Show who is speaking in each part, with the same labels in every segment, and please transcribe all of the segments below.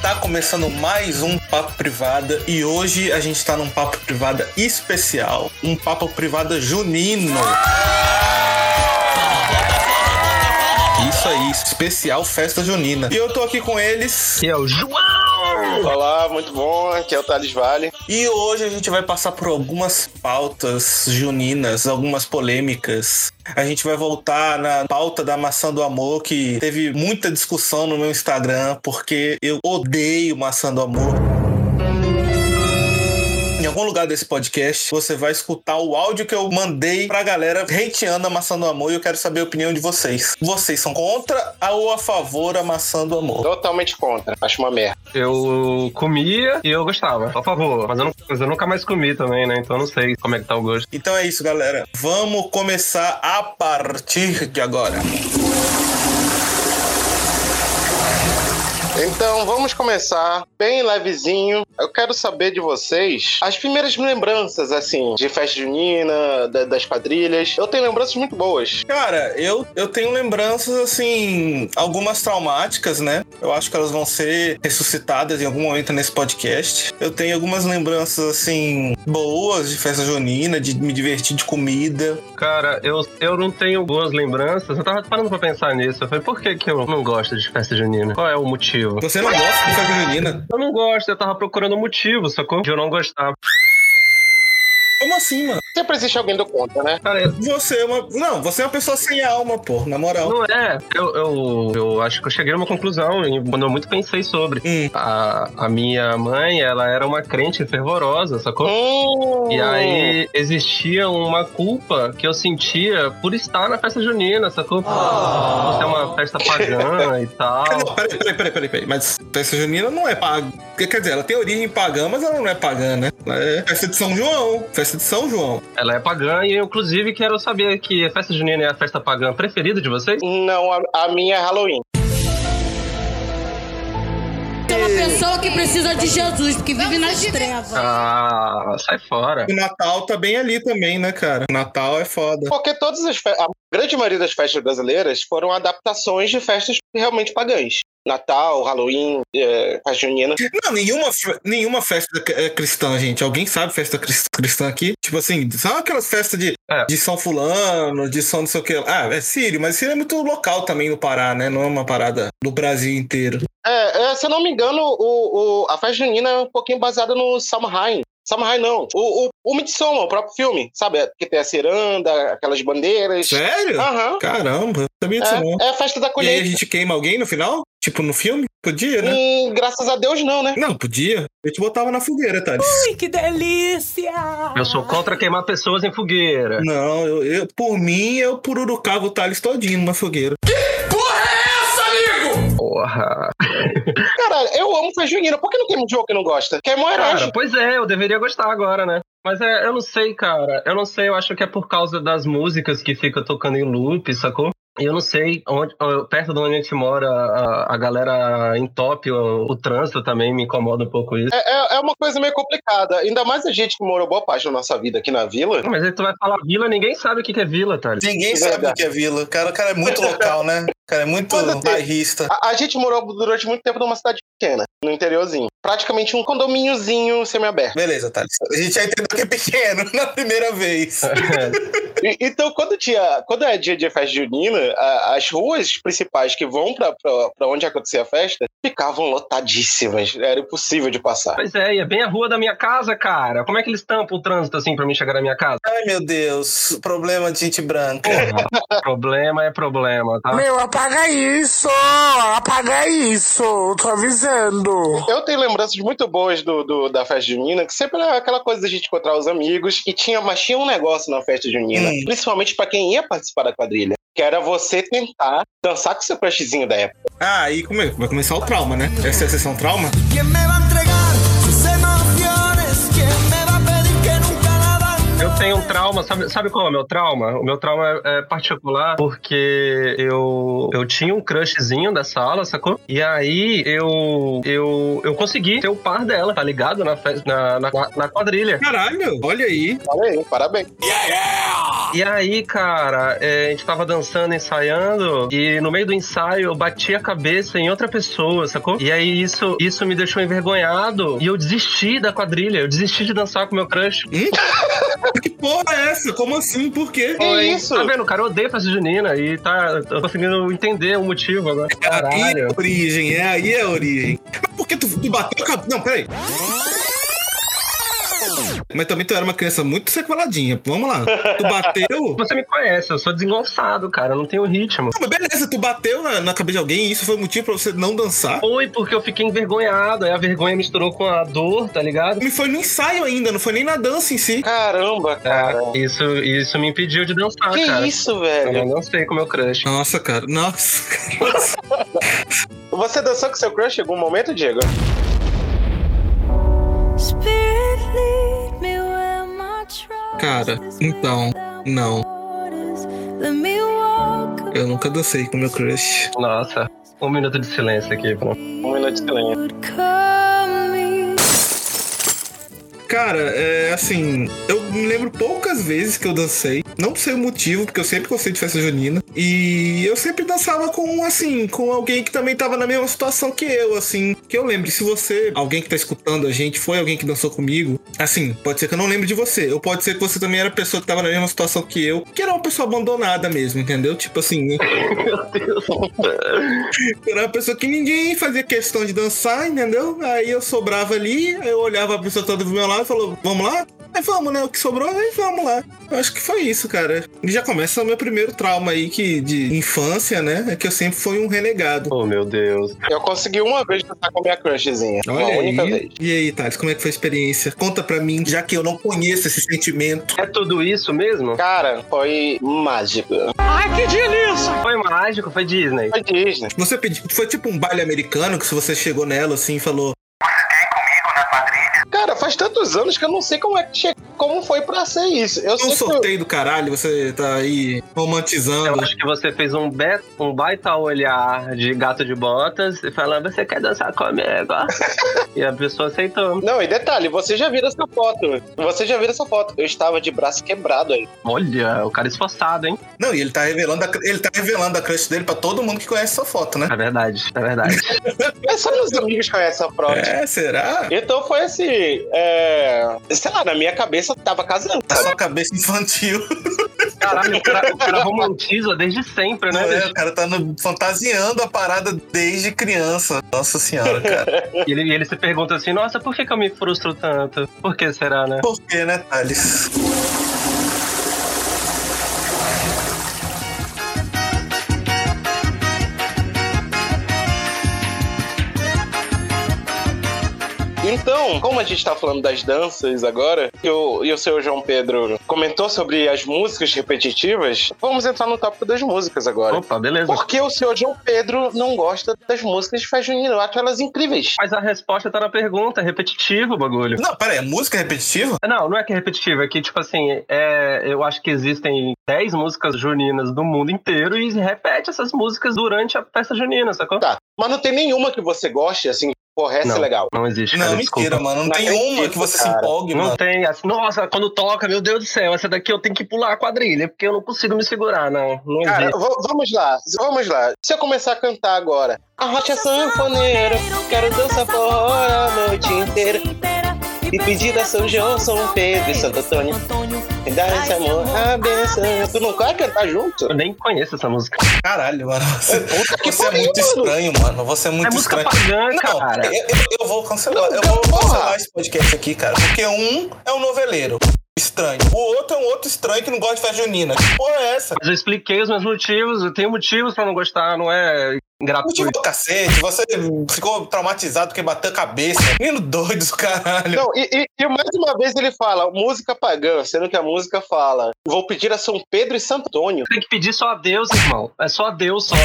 Speaker 1: tá começando mais um Papo Privada e hoje a gente tá num Papo Privada especial, um Papo Privada junino. Isso aí, especial festa junina. E eu tô aqui com eles.
Speaker 2: E é o João!
Speaker 3: Olá, muito bom. Aqui é o Thales Vale.
Speaker 1: E hoje a gente vai passar por algumas pautas juninas, algumas polêmicas. A gente vai voltar na pauta da maçã do amor, que teve muita discussão no meu Instagram, porque eu odeio maçã do amor. Em algum lugar desse podcast, você vai escutar o áudio que eu mandei pra galera hateando a maçã do amor e eu quero saber a opinião de vocês. Vocês são contra ou a favor da maçã do amor?
Speaker 3: Totalmente contra. Acho uma merda.
Speaker 2: Eu comia e eu gostava, por favor. Mas eu, nu- mas eu nunca mais comi também, né? Então eu não sei como é que tá o gosto.
Speaker 1: Então é isso, galera. Vamos começar a partir de agora.
Speaker 3: Então vamos começar bem levezinho. Eu quero saber de vocês as primeiras lembranças, assim, de festa junina, da- das quadrilhas. Eu tenho lembranças muito boas.
Speaker 1: Cara, eu, eu tenho lembranças, assim, algumas traumáticas, né? Eu acho que elas vão ser ressuscitadas em algum momento nesse podcast. Eu tenho algumas lembranças, assim, boas de festa junina, de me divertir de comida.
Speaker 2: Cara, eu, eu não tenho boas lembranças. Eu tava parando pra pensar nisso. Eu falei, por que, que eu não gosto de festa junina? Qual é o motivo?
Speaker 1: Você não gosta de festa junina?
Speaker 2: Eu não gosto, eu tava procurando um motivo, sacou? De eu não gostar.
Speaker 1: Como assim, mano?
Speaker 3: Sempre existe alguém do contra, né?
Speaker 2: Cara, eu-
Speaker 1: Você é uma. Não, você é uma pessoa sem alma, pô, na moral.
Speaker 2: não é. Eu, eu, eu acho que eu cheguei a uma conclusão e quando eu muito pensei sobre.
Speaker 1: Hum.
Speaker 2: A, a minha mãe, ela era uma crente fervorosa, sacou?
Speaker 3: Hum.
Speaker 2: E aí existia uma culpa que eu sentia por estar na festa junina, sacou? Por ser uma festa pagã e tal.
Speaker 1: Não, peraí, peraí, peraí, peraí, peraí. Mas festa junina não é paga. Quer dizer, ela tem origem pagã, mas ela não é pagã, né? Ela é festa de São João. Festa de São João.
Speaker 2: Ela é pagã e eu, inclusive, quero saber que a festa junina é a festa pagã preferida de vocês.
Speaker 3: Não, a, a minha é Halloween.
Speaker 4: É uma pessoa que precisa de Jesus, porque vive nas trevas.
Speaker 2: Ah, sai fora.
Speaker 1: O Natal tá bem ali também, né, cara? Natal é foda.
Speaker 3: Porque todas as fe- a grande maioria das festas brasileiras foram adaptações de festas realmente pagãs. Natal, Halloween, eh, festa junina.
Speaker 1: Não, nenhuma, fe- nenhuma festa é cristã, gente. Alguém sabe festa cris- cristã aqui? Tipo assim, sabe aquelas festas de,
Speaker 2: É.
Speaker 1: de São Fulano, de São não sei o que. Ah, é Sírio, mas Sírio é muito local também no Pará, né? Não é uma parada do Brasil inteiro.
Speaker 3: É, é, se eu não me engano, o, o- a festa junina é um pouquinho baseada no Samhain. Samhain não. O, o, o Midsommar, o próprio filme, sabe? É, Que tem a ciranda, aquelas bandeiras.
Speaker 1: Sério?
Speaker 3: Aham.
Speaker 1: Caramba, não sabia disso não.
Speaker 3: Ah. É, é a festa da
Speaker 1: E aí a
Speaker 3: colheita.
Speaker 1: gente queima alguém no final? Tipo, no filme? Podia, né?
Speaker 3: Hum, graças a Deus, não, né?
Speaker 1: Não, podia. Eu te botava na fogueira, Thales.
Speaker 4: que delícia!
Speaker 2: Eu sou contra queimar pessoas em fogueira.
Speaker 1: Não, eu, eu- por mim, eu pururucava o Thales todinho numa fogueira.
Speaker 2: Porra.
Speaker 3: Caralho, eu amo festa junina. Por que não tem um jogo que não gosta? Queimou um
Speaker 2: Cara,
Speaker 3: herói.
Speaker 2: pois é, eu deveria gostar agora, né? Mas é, eu não sei, cara. Eu não sei, eu acho que é por causa das músicas que fica tocando em loop, sacou? E Eu não sei, onde, ó, perto de onde a gente mora, a, a galera entope, o, o trânsito também me incomoda um pouco isso.
Speaker 3: É, é- é uma coisa meio complicada. Ainda mais a gente que morou boa parte da nossa vida aqui na vila.
Speaker 2: Mas aí tu vai falar vila, ninguém sabe o que que é vila, tá?
Speaker 1: Ninguém
Speaker 3: Verdade.
Speaker 1: sabe o que é vila. O cara, o cara é muito local, né? O cara é muito
Speaker 3: Quando tem-
Speaker 1: bairrista.
Speaker 3: A, a gente morou durante muito tempo numa cidade pequena, no interiorzinho. Praticamente um condomíniozinho semiaberto.
Speaker 1: Beleza, Thales. A gente já entendeu que é pequeno na primeira vez.
Speaker 3: E- Então, quando, tinha, quando é dia de festa junina, a- as ruas principais que vão pra, pra, pra onde acontecia a festa ficavam lotadíssimas. Era impossível de passar.
Speaker 2: pois é, e é bem a rua da minha casa, cara. Como é que eles tampam o trânsito assim pra mim chegar na minha casa?
Speaker 1: Ai, meu Deus. Problema de gente branca.
Speaker 2: Porra, problema é problema, tá?
Speaker 5: Meu, apaga isso! Apaga isso! Tô avisando!
Speaker 3: Eu tenho lembranças muito boas do, do- da festa junina, que sempre era aquela coisa da gente encontrar os amigos. E tinha, mas tinha um negócio na festa junina,
Speaker 1: Hum.
Speaker 3: principalmente pra quem ia participar da quadrilha, que era você tentar dançar com seu crushzinho da época.
Speaker 1: Ah, e come- vai começar o trauma, né? Essa é a sessão trauma?
Speaker 2: Eu tenho um trauma, sabe, sabe qual é o meu trauma? O meu trauma é, é particular porque eu, eu tinha um crushzinho da sala, sacou? E aí eu, eu, eu consegui ter o par dela, tá ligado? Na, fe- na, na, na quadrilha.
Speaker 1: Caralho, olha aí.
Speaker 3: Olha aí, parabéns.
Speaker 2: E aí, cara, é, a gente tava dançando, ensaiando, e no meio do ensaio eu bati a cabeça em outra pessoa, sacou? E aí isso, isso me deixou envergonhado e eu desisti da quadrilha, eu desisti de dançar com meu crush.
Speaker 1: Que porra é essa? Como assim? Por quê?
Speaker 3: Que isso?
Speaker 2: Tá vendo, cara? Eu odeio festa junina e tá. Eu tô conseguindo entender o motivo agora.
Speaker 1: Aí é a
Speaker 2: Caralho.
Speaker 1: origem, é aí é a origem. Mas por que tu, tu bateu a cabeça? Não, peraí. Mas também tu era uma criança muito sequeladinha. Vamos lá. Tu bateu. Não,
Speaker 2: Você me conhece, eu sou desengonçado, cara, eu não tenho ritmo.
Speaker 1: mas beleza, tu bateu na, na cabeça de alguém e isso foi um motivo pra você não dançar.
Speaker 2: Foi porque eu fiquei envergonhado, aí a vergonha misturou com a dor, tá ligado?
Speaker 1: Me foi no ensaio ainda, não foi nem na dança em si.
Speaker 3: Caramba, cara.
Speaker 2: É, isso, isso me impediu de dançar,
Speaker 3: que
Speaker 2: Ah, cara.
Speaker 3: isso, velho?
Speaker 2: Eu não sei com o meu crush.
Speaker 1: Nossa, cara. Nossa,
Speaker 3: Você dançou com seu crush em algum momento, Diego?
Speaker 6: Spirit lead me where my trust
Speaker 1: cara.
Speaker 6: is
Speaker 1: Então,
Speaker 6: without
Speaker 1: não.
Speaker 6: borders. Let me walk
Speaker 1: Eu nunca dancei com meu crush.
Speaker 2: Nossa, um minuto de silêncio aqui, pronto.
Speaker 3: Um minuto de silêncio.
Speaker 6: would come me.
Speaker 1: Cara, é assim, eu me lembro poucas vezes que eu dancei. Não sei o motivo, porque eu sempre gostei de festa junina. E eu sempre dançava com, assim, com alguém que também tava na mesma situação que eu, assim. Que eu lembro, se você, alguém que tá escutando a gente, foi alguém que dançou comigo, assim, pode ser que eu não lembre de você. Ou pode ser que você também era a pessoa que tava na mesma situação que eu, que era uma pessoa abandonada mesmo, entendeu? Tipo assim,
Speaker 2: Meu Deus.
Speaker 1: era uma pessoa que ninguém fazia questão de dançar, entendeu? Aí eu sobrava ali, eu olhava a pessoa toda do meu lado e falou, vamos lá? Aí vamos, né? O que sobrou, aí vamos lá. Eu acho que foi isso, cara. E já começa o meu primeiro trauma aí que, de infância, né? É que eu sempre fui um renegado.
Speaker 2: Oh, meu Deus.
Speaker 3: Eu consegui uma vez dançar com a minha crushzinha.
Speaker 1: Olha
Speaker 3: uma única
Speaker 1: aí.
Speaker 3: vez.
Speaker 1: E aí, Thales, como é que foi a experiência? Conta pra mim, já que eu não conheço esse sentimento.
Speaker 2: É tudo isso mesmo?
Speaker 3: Cara, foi mágico.
Speaker 2: Foi mágico, foi Disney.
Speaker 3: Foi Disney.
Speaker 1: Você pediu. Foi tipo um baile americano que se você chegou nela assim e falou.
Speaker 3: Cara, faz tantos anos que eu não sei como é que che... como foi pra ser isso. Eu
Speaker 1: Um
Speaker 3: sei que eu-
Speaker 1: sorteio do caralho, você tá aí
Speaker 2: Eu
Speaker 1: romantizando.
Speaker 2: acho que você fez um, be- um baita olhar de gato de botas e falando, você quer dançar comigo? e a pessoa aceitou.
Speaker 3: Não, e detalhe, você já viram essa foto. Você já viram essa foto. Eu estava de braço quebrado aí.
Speaker 2: Olha, o cara esforçado, hein?
Speaker 1: Não, e ele tá revelando a, ele tá revelando a crush dele pra todo mundo que conhece essa foto, né?
Speaker 2: É verdade, é verdade.
Speaker 3: É só meus amigos conhecem essa foto.
Speaker 1: É, será?
Speaker 3: Então foi assim, é... sei lá, na minha cabeça tava casando.
Speaker 1: A sua Tá cabeça infantil.
Speaker 2: Caralho, o cara, o cara romantiza desde sempre, né?
Speaker 1: né? O cara tá no- fantasiando a parada desde criança. Nossa senhora, cara.
Speaker 2: E ele, e ele se pergunta assim, nossa, por que, que eu me frustro tanto? Por que será, né?
Speaker 1: Por quê, né, Thales?
Speaker 3: Então, como a gente tá falando das danças agora, e o, e o senhor João Pedro comentou sobre as músicas repetitivas, vamos entrar no tópico das músicas agora.
Speaker 2: Opa, beleza.
Speaker 3: Por que o senhor João Pedro não gosta das músicas de festa junina? Eu acho elas incríveis.
Speaker 2: Mas a resposta tá na pergunta, é repetitivo o bagulho.
Speaker 1: Não, pera aí, é música repetitiva?
Speaker 2: Não, não é que é repetitivo, é que, tipo assim, é, eu acho que existem 10 músicas juninas no mundo inteiro e repete essas músicas durante a festa junina, sacou?
Speaker 3: Tá, mas não tem nenhuma que você goste, assim, porra, essa
Speaker 2: Não.
Speaker 3: é legal.
Speaker 2: Não existe,
Speaker 1: Não,
Speaker 2: cara,
Speaker 1: mentira,
Speaker 2: desculpa.
Speaker 1: mano. Não
Speaker 3: Não
Speaker 1: tem
Speaker 3: acredito,
Speaker 1: uma que você se
Speaker 3: cara.
Speaker 1: empolgue,
Speaker 2: Não
Speaker 1: mano.
Speaker 2: tem, assim, nossa, quando toca, meu Deus do céu, essa daqui eu tenho que pular a quadrilha, porque eu não consigo me segurar, não. Não
Speaker 3: Cara,
Speaker 2: existe.
Speaker 3: v- vamos lá, vamos lá. Se eu começar a cantar agora, arrocha
Speaker 6: um
Speaker 3: sanfoneiro, quero dançar forró a noite inteira.
Speaker 6: E pedir a São João, São Pedro e Santo Antônio.
Speaker 3: Me dá esse amor, a benção. Tu não quer cantar junto?
Speaker 2: Eu nem conheço essa música.
Speaker 1: Caralho, mano. Você,
Speaker 3: que
Speaker 1: você é
Speaker 3: pariu,
Speaker 1: muito
Speaker 3: mano.
Speaker 1: estranho, mano. Você é
Speaker 2: É
Speaker 1: muito
Speaker 2: música
Speaker 1: estranho.
Speaker 2: pagã, cara.
Speaker 1: Não, é- eu, eu- eu vou cancelar.
Speaker 3: Não,
Speaker 1: eu vou
Speaker 3: porra.
Speaker 1: cancelar esse podcast aqui, cara. Porque um é um noveleiro estranho. O outro é um outro estranho que não gosta de festa junina. Que porra é essa?
Speaker 2: Mas eu expliquei os meus motivos, eu tenho motivos pra não gostar, não é
Speaker 1: Motivo
Speaker 2: gratuito.
Speaker 1: do cacete, você ficou traumatizado porque bateu a cabeça. Menino doido do caralho.
Speaker 3: Não, e, e- e mais uma vez ele fala música pagã, sendo que a música fala vou pedir a São Pedro e Santo Antônio.
Speaker 2: Tem que pedir só a Deus, irmão. É só a Deus só.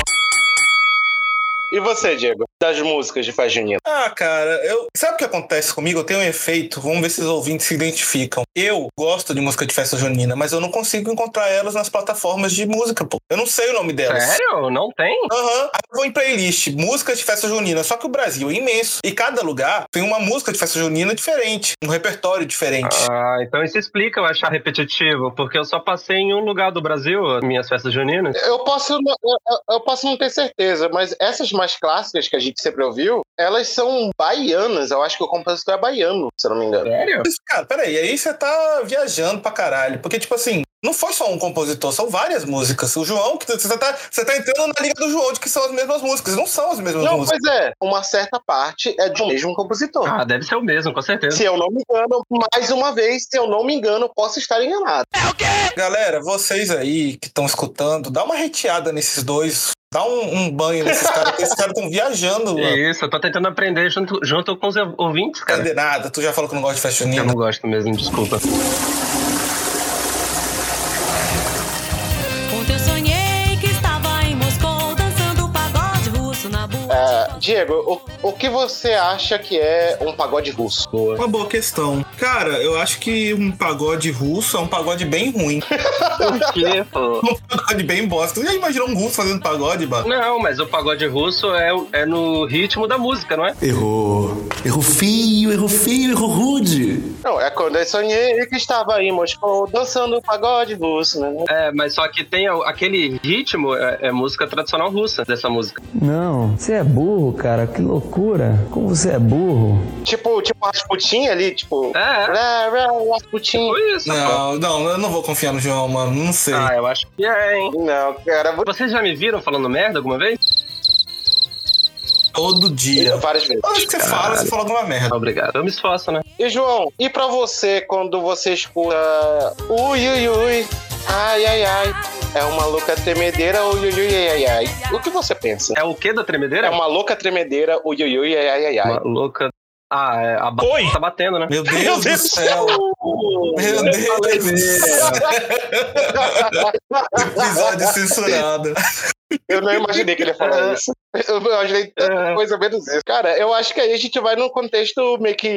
Speaker 3: E você, Diego? Das músicas de festa junina?
Speaker 1: Ah, cara, eu. Sabe o que acontece comigo? Eu tenho um efeito. Vamos ver se os ouvintes se identificam. Eu gosto de música de festa junina, mas eu não consigo encontrar elas nas plataformas de música, pô. Eu não sei o nome delas.
Speaker 2: Sério? Não tem?
Speaker 1: Aham. Aí eu vou em playlist, músicas de festa junina. Só que o Brasil é imenso. E cada lugar tem uma música de festa junina diferente, um repertório diferente.
Speaker 2: Ah, então isso explica eu achar repetitivo, porque eu só passei em um lugar do Brasil, as minhas festas juninas.
Speaker 3: Eu posso, não- eu, eu- eu posso não ter certeza, mas essas mais clássicas que a gente sempre ouviu, elas são baianas. Eu acho que o compositor é baiano, se eu não me engano.
Speaker 2: Sério?
Speaker 1: Mas, cara, peraí, aí você tá viajando pra caralho. Porque, tipo assim, não foi só um compositor, são várias músicas. O João, que você tá, você tá entrando na liga do João de que são as mesmas músicas. Não são as mesmas
Speaker 3: Não,
Speaker 1: músicas.
Speaker 3: pois é. Uma certa parte é de um mesmo compositor.
Speaker 2: Ah, deve ser o mesmo, com certeza.
Speaker 3: Se eu não me engano, mais uma vez, se eu não me engano, posso estar enganado.
Speaker 1: Galera, vocês aí que estão escutando, dá uma reteada nesses dois. Dá um, um banho nesses caras, que esses caras estão viajando, mano.
Speaker 2: Isso, eu tô tentando aprender junto, junto com os ouvintes, cara.
Speaker 1: Cadê nada? Tu já falou que não gosta de festa
Speaker 2: Eu
Speaker 1: junina.
Speaker 2: não gosto mesmo, desculpa.
Speaker 6: Ontem eu sonhei que estava em Moscou dançando pagode russo na
Speaker 3: Ah,
Speaker 6: boate.
Speaker 3: Diego, o, o que você acha que é um pagode russo?
Speaker 1: Uma boa questão. Cara, eu acho que um pagode russo é um pagode bem ruim.
Speaker 2: Por quê, pô?
Speaker 1: Um pagode bem bosta. Tu já imaginou um russo fazendo pagode, mano?
Speaker 2: Não, mas o pagode russo é, o- é no ritmo da música, não é?
Speaker 7: Errou. Errou feio, errou feio, errou rude.
Speaker 3: Não, é quando eu sonhei que estava em Moscou dançando pagode russo, né?
Speaker 2: É, mas só que tem a- aquele ritmo, é, é música tradicional russa dessa música.
Speaker 8: Não, você é burro, cara. Que loucura. Como você é burro.
Speaker 3: Tipo, tipo Rasputin ali, tipo.
Speaker 2: É, é.
Speaker 3: Rá, rá, Rasputin.
Speaker 2: Foi isso, pô.
Speaker 1: Não, não, eu não vou confiar no João, mano. Não sei.
Speaker 2: Ah, eu acho que é, hein?
Speaker 3: Não, cara, vou-
Speaker 2: Vocês já me viram falando merda alguma vez?
Speaker 1: Todo dia.
Speaker 3: várias vezes.
Speaker 1: Toda vez que você fala, você fala alguma merda.
Speaker 2: Obrigado. Eu me esforço, né?
Speaker 3: E João, e pra você quando você escuta ui ui ui, ai ai ai, é uma louca tremedeira, ui ui ui ai ai ai. O que você pensa?
Speaker 2: É o que da tremedeira?
Speaker 3: É uma louca tremedeira, ui ui ui ai ai ai ai.
Speaker 2: Uma louca. Ah, é, a ba...
Speaker 1: Oi!
Speaker 2: tá batendo, né?
Speaker 1: Meu Deus, do céu! Meu Deus do céu! Episódio é censurado.
Speaker 3: Eu não imaginei que ele ia falar isso. Eu imaginei tanta coisa menos isso. Cara, eu acho que aí a gente vai num contexto meio que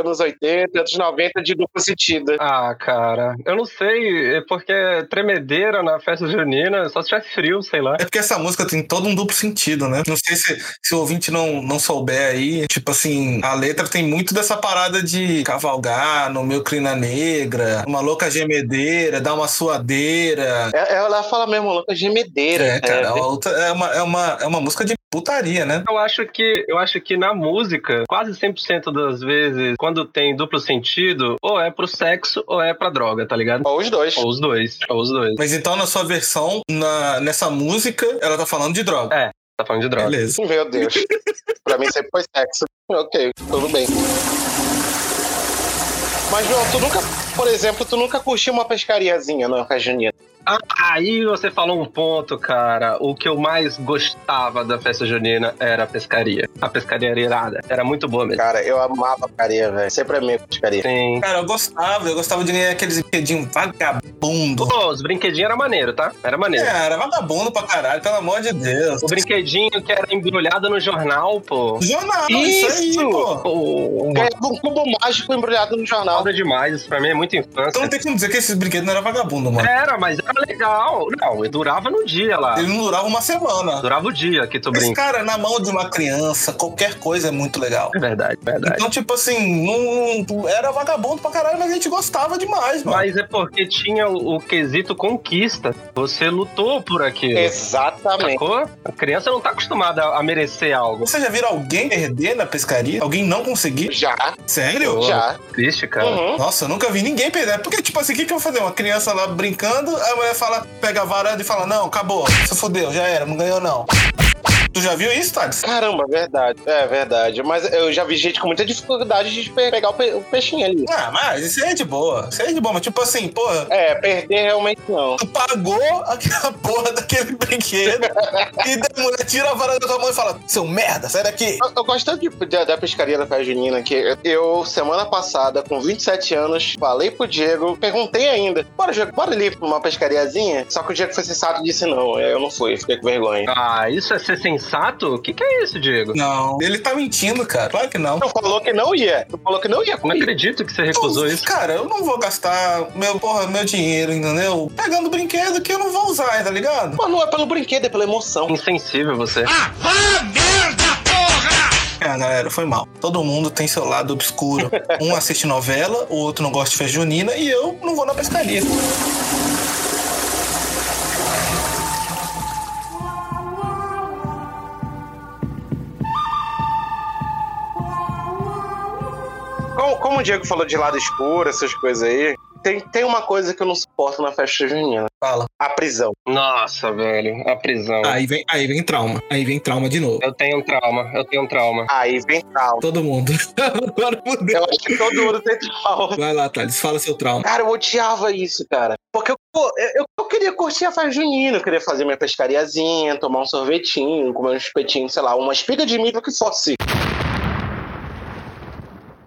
Speaker 3: anos 80, anos 90 de duplo sentido.
Speaker 2: Ah, cara, eu não sei, é porque tremedeira na festa junina, só se tiver frio, sei lá.
Speaker 1: É porque essa música tem todo um duplo sentido, né? Não sei se, se o ouvinte não, não souber aí. Tipo assim, a letra tem muito dessa parada de cavalgar no meu crina negra, uma louca gemedeira, dar uma suadeira.
Speaker 3: É- Ela fala mesmo, louca gemedeira.
Speaker 1: É, cara,
Speaker 3: É,
Speaker 1: é uma, outra- é uma, é uma, é uma música de putaria, né?
Speaker 2: Eu acho que eu acho que na música, quase 100% das vezes, quando tem duplo sentido, ou é pro sexo ou é pra droga, tá ligado?
Speaker 3: Ou os dois.
Speaker 2: Ou os dois, ou os dois.
Speaker 1: Mas então, na sua versão, na, nessa música, ela tá falando de droga.
Speaker 2: Tá falando de droga.
Speaker 1: Beleza.
Speaker 3: Meu Deus. pra mim sempre foi sexo. Ok, tudo bem. Mas, João, tu nunca, por exemplo, tu nunca curtiu uma pescariazinha na festa junina?
Speaker 2: Ah, aí você falou um ponto, cara. O que eu mais gostava da festa junina era a pescaria. A pescaria era irada, era muito boa mesmo.
Speaker 3: Cara, eu amava pescaria, velho. Sempre amei pescaria.
Speaker 2: Sim.
Speaker 1: Cara, eu gostava, eu gostava de ganhar aqueles brinquedinhos vagabundo.
Speaker 2: Pô, os brinquedinhos era maneiro, tá? Era maneiro.
Speaker 1: Cara, vagabundo pra caralho, pelo amor de Deus.
Speaker 2: O brinquedinho que era embrulhado no jornal, pô.
Speaker 1: Jornal, isso, aí,
Speaker 3: Isso!
Speaker 1: pô.
Speaker 2: Pô,
Speaker 3: Ganhava um cubo mágico embrulhado no jornal.
Speaker 2: foda demais, isso pra mim é muita infância.
Speaker 1: Então não tem como dizer que esses brinquedos não eram vagabundo, mano.
Speaker 2: Era, mas era legal. Não, e durava no dia lá.
Speaker 1: Ele não durava uma semana.
Speaker 2: Durava o dia que tu
Speaker 1: Mas,
Speaker 2: brinca.
Speaker 1: cara, na mão de uma criança, qualquer coisa é muito legal.
Speaker 2: É verdade, é verdade.
Speaker 1: Então, tipo assim, não, era vagabundo pra caralho, mas a gente gostava demais, mano.
Speaker 2: Mas é porque tinha o, o quesito conquista. Você lutou por aquilo.
Speaker 1: É.
Speaker 3: Exatamente.
Speaker 2: Sacou? A criança não tá acostumada a, a merecer algo.
Speaker 1: Você já viram alguém perder na pescaria? Alguém não conseguir?
Speaker 3: Já,
Speaker 1: Sério?
Speaker 3: já.
Speaker 2: Triste, cara.
Speaker 3: Uhum.
Speaker 1: Nossa, eu nunca vi ninguém perder. Porque, tipo assim, o que, que eu vou fazer? Uma criança lá brincando, a mulher fala, pega a varanda e fala, não, acabou, se fodeu, já era, não ganhou não. Tu já viu isso, Thales?
Speaker 3: Caramba, verdade. É verdade. Mas eu já vi gente com muita dificuldade de pe- pegar o, pe- o peixinho ali.
Speaker 1: Ah, mas isso aí é de boa. Isso aí é de boa, mas tipo assim, porra,
Speaker 3: É, perder realmente não.
Speaker 1: tu pagou aquela porra daquele brinquedo e da mulher tira a varanda da tua mão e fala, seu merda, sai daqui.
Speaker 3: Eu, eu gosto tanto de, da, da pescaria da Praia Junina que eu, semana passada, com 27 anos, falei pro Diego, perguntei ainda, bora, Diego, bora ali pra uma pescariazinha? Só que o Diego foi sensato e disse não, eu não fui, fiquei com vergonha.
Speaker 2: Ah, isso é ser Sato? O que, que é isso, Diego?
Speaker 1: Não, ele tá mentindo, cara. Claro que não.
Speaker 3: Tu falou que não ia. Tu falou que não ia
Speaker 2: Não
Speaker 3: comigo.
Speaker 2: acredito que você recusou isso.
Speaker 1: Cara, eu não vou gastar meu, porra, meu dinheiro, entendeu? Pegando brinquedo que eu não vou usar, tá ligado?
Speaker 3: Mas não é pelo brinquedo, é pela emoção.
Speaker 2: Insensível você.
Speaker 1: Ah, galera, foi mal. Todo mundo tem seu lado obscuro. Um assiste novela, o outro não gosta de festa junina e eu não vou na pescaria.
Speaker 3: Como, como o Diego falou de lado escuro, essas coisas aí, tem, tem uma coisa que eu não suporto na festa junina.
Speaker 1: Fala.
Speaker 3: A prisão.
Speaker 2: Nossa, velho. A prisão.
Speaker 1: Aí vem, aí vem trauma. Aí vem trauma de novo.
Speaker 2: Eu tenho um trauma. Eu tenho um trauma.
Speaker 3: Aí vem trauma.
Speaker 1: Todo mundo. Agora mudei.
Speaker 3: Eu acho que todo mundo tem trauma.
Speaker 1: Vai lá, Thales, fala seu trauma.
Speaker 3: Cara, eu odiava isso, cara. Porque eu, pô, eu, eu queria curtir a festa junina, eu queria fazer minha pescariazinha, tomar um sorvetinho, comer um espetinho, sei lá, uma espiga de milho, o que fosse.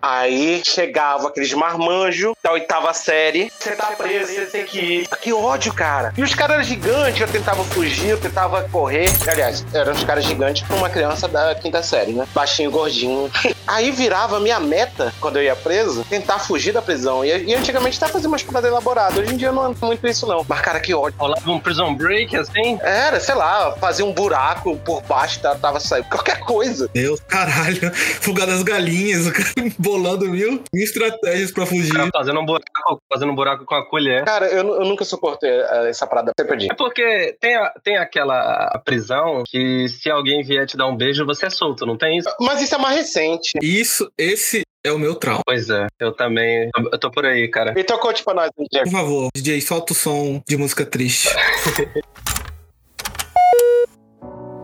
Speaker 3: Aí chegava aqueles marmanjos da oitava série. Você tá preso, você tem que ir. Que ódio, cara. E os caras eram gigantes, eu tentava fugir, eu tentava correr. Aliás, eram os caras gigantes pra uma criança da quinta série, né? Baixinho, gordinho. Aí virava a minha meta, quando eu ia preso, tentar fugir da prisão. E, e antigamente tava fazendo umas paradas elaboradas. Hoje em dia eu não ando muito isso, não. Mas, cara, que ódio.
Speaker 2: Rolava um prison break assim?
Speaker 3: Era, sei lá, fazia um buraco por baixo, tava, tava saindo. Qualquer coisa.
Speaker 1: Deus, caralho. Fugar das galinhas, o cara bolando mil estratégias pra fugir.
Speaker 2: Fazendo um buraco, fazendo um buraco com a colher.
Speaker 3: Cara, eu, nu- eu nunca suportei eh, essa parada. Sempre odiei.
Speaker 2: É porque tem, a- tem aquela prisão que se alguém vier te dar um beijo, você é solto, não tem isso?
Speaker 3: Mas isso é mais recente.
Speaker 1: Isso, esse é o meu trauma.
Speaker 2: Pois é, eu também. Eu, eu tô por aí, cara.
Speaker 3: Então conte pra nós, Diego.
Speaker 1: Por favor, DJ, solta o som de música triste.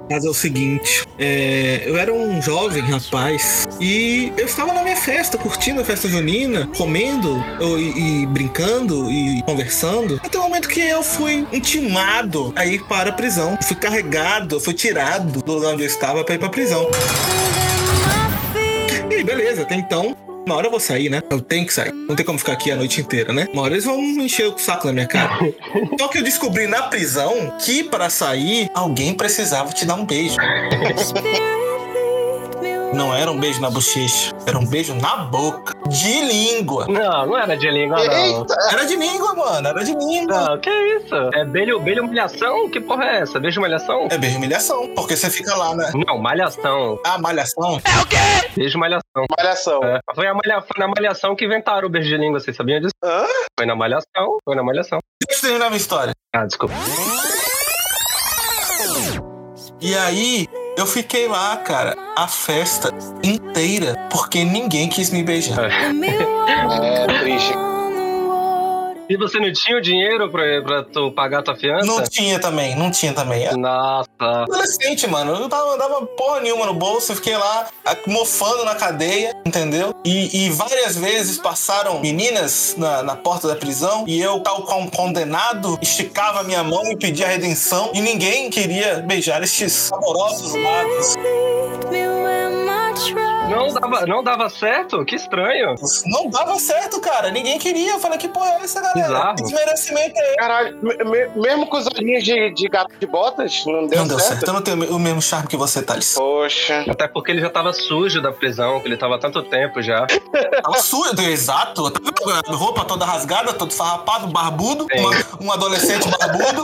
Speaker 1: Mas é o seguinte, é, eu era um jovem rapaz e eu estava na minha festa, curtindo a festa junina, comendo eu- e, e brincando e conversando. Até o momento que eu fui intimado a ir para a prisão. Fui carregado, fui tirado do lugar onde eu estava para ir para a prisão. E aí, beleza, até então. Uma hora eu vou sair, né? Eu tenho que sair. Não tem como ficar aqui a noite inteira, né? Uma hora eles vão encher o saco da minha cara. Só que eu descobri na prisão que para sair, alguém precisava te dar um beijo. Não era um beijo na bochecha, era um beijo na boca. De língua.
Speaker 2: Não, não era de língua, Ah, não.
Speaker 3: Eita! é
Speaker 1: Era de língua, mano. Era de língua.
Speaker 2: Não, que isso? É beijo, beijo humilhação? Que porra é essa? Beijo humilhação?
Speaker 1: É beijo humilhação. Porque você fica lá, né?
Speaker 2: Não, malhação.
Speaker 1: Ah, malhação.
Speaker 2: Beijo malhação.
Speaker 3: Malhação.
Speaker 2: É. Foi, a malha, foi na malhação que inventaram o beijo de língua, vocês sabiam disso?
Speaker 3: Hã?
Speaker 2: Foi na malhação, foi na malhação.
Speaker 1: Deixa eu terminar minha história.
Speaker 2: Ah, desculpa.
Speaker 1: E aí, eu fiquei lá, cara, a festa inteira, porque ninguém quis me beijar.
Speaker 3: É triste.
Speaker 2: E você não tinha o dinheiro pra, pra tu pagar tua fiança?
Speaker 1: Não tinha também, não tinha também. Eu era
Speaker 2: Nossa.
Speaker 1: Adolescente, mano, eu não tava, não dava porra nenhuma no bolso, eu fiquei lá a- mofando na cadeia, entendeu? E, e várias vezes passaram meninas na, na porta da prisão e eu, tal qual um condenado, esticava a minha mão e pedia redenção e ninguém queria beijar estes saborosos lábios.
Speaker 2: Não dava, não dava certo? Que estranho.
Speaker 1: Não dava certo, cara, ninguém queria. Eu falei, que porra é essa, galera?
Speaker 2: Bizarro.
Speaker 1: Que Desmerecimento é
Speaker 3: Caralho, me- me- mesmo com os olhinhos de, de gato de botas, não deu,
Speaker 1: Não deu certo.
Speaker 3: certo.
Speaker 1: Eu não tenho o mesmo charme que você, Thales.
Speaker 3: Poxa.
Speaker 2: Até porque ele já tava sujo da prisão, que ele tava há tanto tempo já.
Speaker 1: Tava sujo, É um exato. Tá vendo? Roupa toda rasgada, todo farrapado, barbudo.
Speaker 2: Sim.
Speaker 1: uma- um adolescente barbudo,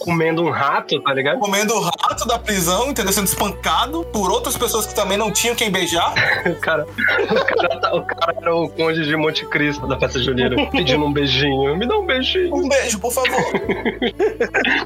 Speaker 2: Comendo um rato, tá ligado?
Speaker 1: comendo o rato da prisão, entendeu? Sendo espancado por outras pessoas que também não tinham quem beijar.
Speaker 2: O cara, o cara, tá- o cara era o conde de Monte Cristo da festa junina, pedindo um beijinho. Me dá um beijinho.
Speaker 1: Um beijo, por favor.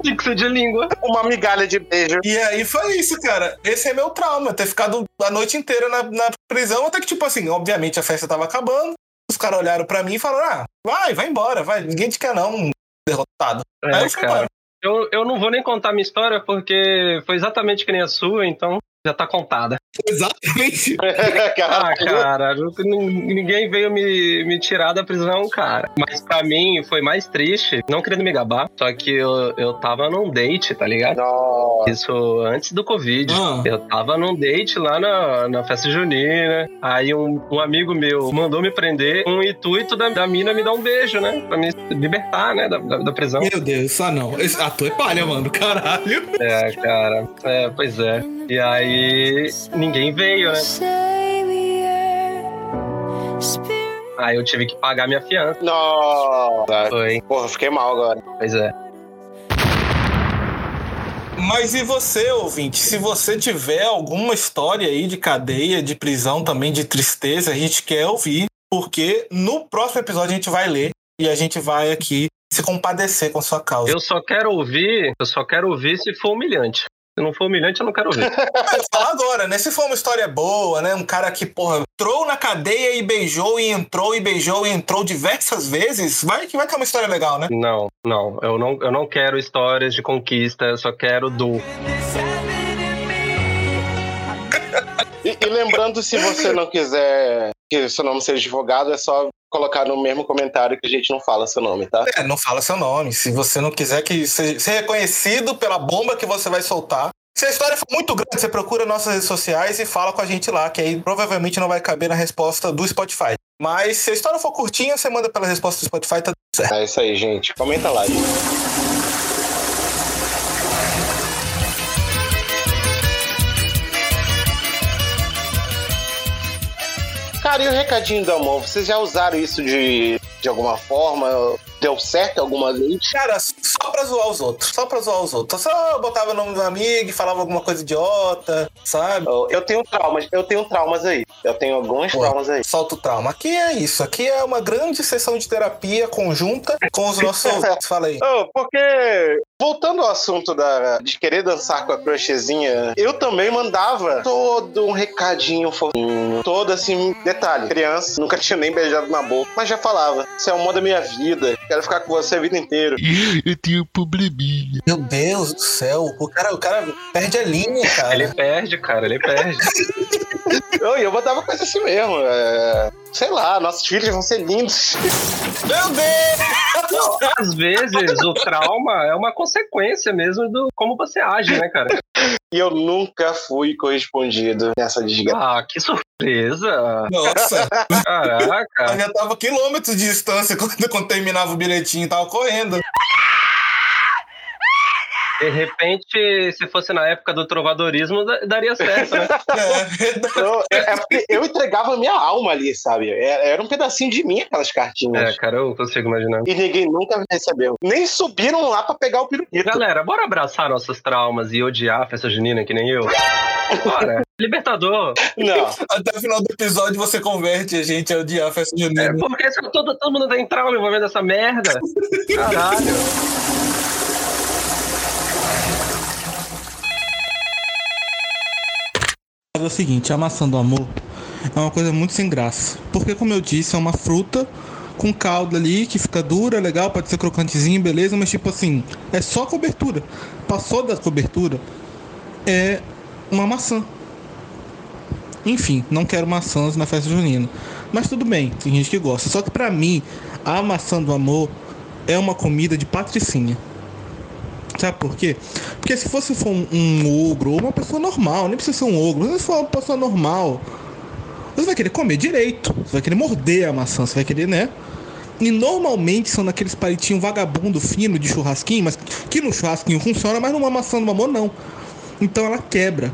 Speaker 2: Tem que ser de língua.
Speaker 3: Uma migalha de beijo.
Speaker 1: E aí foi isso, cara. Esse é meu trauma, ter ficado a noite inteira na, na prisão, até que, tipo assim, obviamente a festa tava acabando. Os caras olharam pra mim e falaram: ah, vai, vai embora, vai, ninguém te quer não, um derrotado. aí
Speaker 2: É,
Speaker 1: eu fui
Speaker 2: cara.
Speaker 1: embora.
Speaker 2: Eu, eu não vou nem contar minha história, porque foi exatamente que nem a sua, então já tá contada.
Speaker 1: Exatamente.
Speaker 2: Ah,
Speaker 3: Caralho.
Speaker 2: cara, eu- nin- ninguém veio me, me tirar da prisão, cara. Mas pra mim foi mais triste, não querendo me gabar, só que eu, eu tava num date, tá ligado?
Speaker 3: Nossa.
Speaker 2: Isso antes do Covid.
Speaker 9: Ah.
Speaker 2: Eu tava num date lá na, na festa junina. Aí um, um amigo meu mandou me prender com o intuito da, da mina me dar um beijo, né? Pra me libertar, né? Da, da, da prisão.
Speaker 9: Meu Deus, ah não. Esse- Ah, tu é palha, mano, caralho.
Speaker 2: É, cara. É, pois é. E aí ninguém veio, né? Aí eu tive que pagar minha fiança.
Speaker 3: Nossa.
Speaker 2: Foi.
Speaker 3: Porra, fiquei mal agora.
Speaker 2: Pois é.
Speaker 1: Mas e você, ouvinte? Se você tiver alguma história aí de cadeia, de prisão também, de tristeza, a gente quer ouvir, porque no próximo episódio a gente vai ler e a gente vai aqui se compadecer com a sua causa.
Speaker 2: Eu só quero ouvir, eu só quero ouvir se for humilhante. Se não for humilhante, eu não quero ouvir.
Speaker 1: Eu vou falar agora, né? Se for uma história boa, né? Um cara que, porra, entrou na cadeia e beijou, e entrou, e beijou, e entrou diversas vezes, vai que vai ter uma história legal, né?
Speaker 2: Não, não. Eu não, eu não quero histórias de conquista, eu só quero dor.
Speaker 3: E, e lembrando, se você não quiser que o seu nome seja divulgado, é só colocar no mesmo comentário que a gente não fala seu nome, tá?
Speaker 1: É, não fala seu nome. Se você não quiser que seja ser reconhecido pela bomba que você vai soltar. Se a história for muito grande, você procura nossas redes sociais e fala com a gente lá, que aí provavelmente não vai caber na resposta do Spotify. Mas se a história for curtinha, você manda pela resposta do Spotify, tá tudo certo.
Speaker 3: É isso aí, gente. Comenta lá. gente. Cara, e o recadinho do amor? Vocês já usaram isso de, de alguma forma? Deu certo alguma vez?
Speaker 1: Cara, só pra zoar os outros. Só pra zoar os outros. Eu só botava o nome do amigo e falava alguma coisa idiota, sabe?
Speaker 3: Eu- Eu tenho traumas, eu tenho traumas aí. Eu tenho alguns
Speaker 1: Pô,
Speaker 3: traumas aí.
Speaker 1: Solta o trauma. Aqui é isso. Aqui é uma grande sessão de terapia conjunta com os nossos ouvintes. Fala aí.
Speaker 3: Ô, Oh, porque, voltando ao assunto da, de querer dançar com a crushzinha, eu também mandava todo um recadinho fofinho, todo assim, detalhe, criança, nunca tinha nem beijado na boca, mas já falava, você é o amor da minha vida, quero ficar com você a vida inteira.
Speaker 7: Eu tenho um probleminha.
Speaker 1: Meu Deus do céu, o cara, o cara perde a linha, cara.
Speaker 2: Ele perde, cara, ele perde.
Speaker 3: Eu, eu mandava coisa assim mesmo, é, sei lá, nossos filhos vão ser lindos.
Speaker 1: Meu Deus!
Speaker 2: Às vezes, o trauma é uma consequência mesmo do como você age, né, cara?
Speaker 3: E eu nunca fui correspondido nessa desgraça.
Speaker 2: Ah, que surpresa!
Speaker 1: Nossa, eu
Speaker 2: Caraca!
Speaker 1: já tava quilômetros de distância quando, quando terminava o bilhetinho, tava correndo. É,
Speaker 2: De repente, se fosse na época do trovadorismo, da- daria certo, né?
Speaker 1: É.
Speaker 3: Eu, é- é porque eu entregava minha alma ali, sabe? Era era um pedacinho de mim aquelas cartinhas.
Speaker 2: É, cara, eu consigo imaginar.
Speaker 3: E ninguém nunca recebeu. Nem subiram lá pra pegar o pirulito.
Speaker 2: Galera, bora abraçar nossos traumas e odiar a festa junina que nem eu? Bora! Libertador!
Speaker 3: Não.
Speaker 1: Até o final do episódio você converte a gente a odiar a festa
Speaker 2: É,
Speaker 1: junina.
Speaker 2: porque se todo, todo mundo tem trauma envolvendo essa merda. Caralho.
Speaker 10: É o seguinte, a maçã do amor é uma coisa muito sem graça. Porque, como eu disse, é uma fruta com calda ali que fica dura, é legal, pode ser crocantezinho, beleza, mas tipo assim, é só cobertura. Passou da cobertura, é uma maçã. Enfim, não quero maçãs na festa junina. Mas tudo bem, tem gente que gosta. Só que pra mim, a maçã do amor é uma comida de patricinha. Sabe por quê? Porque se fosse for um, um ogro ou uma pessoa normal, nem precisa ser um ogro, mas se for uma pessoa normal, você vai querer comer direito, você vai querer morder a maçã, você vai querer, né? E normalmente são naqueles palitinhos vagabundo fino de churrasquinho, mas que no churrasquinho funciona, mas numa maçã do mamão não. Então ela quebra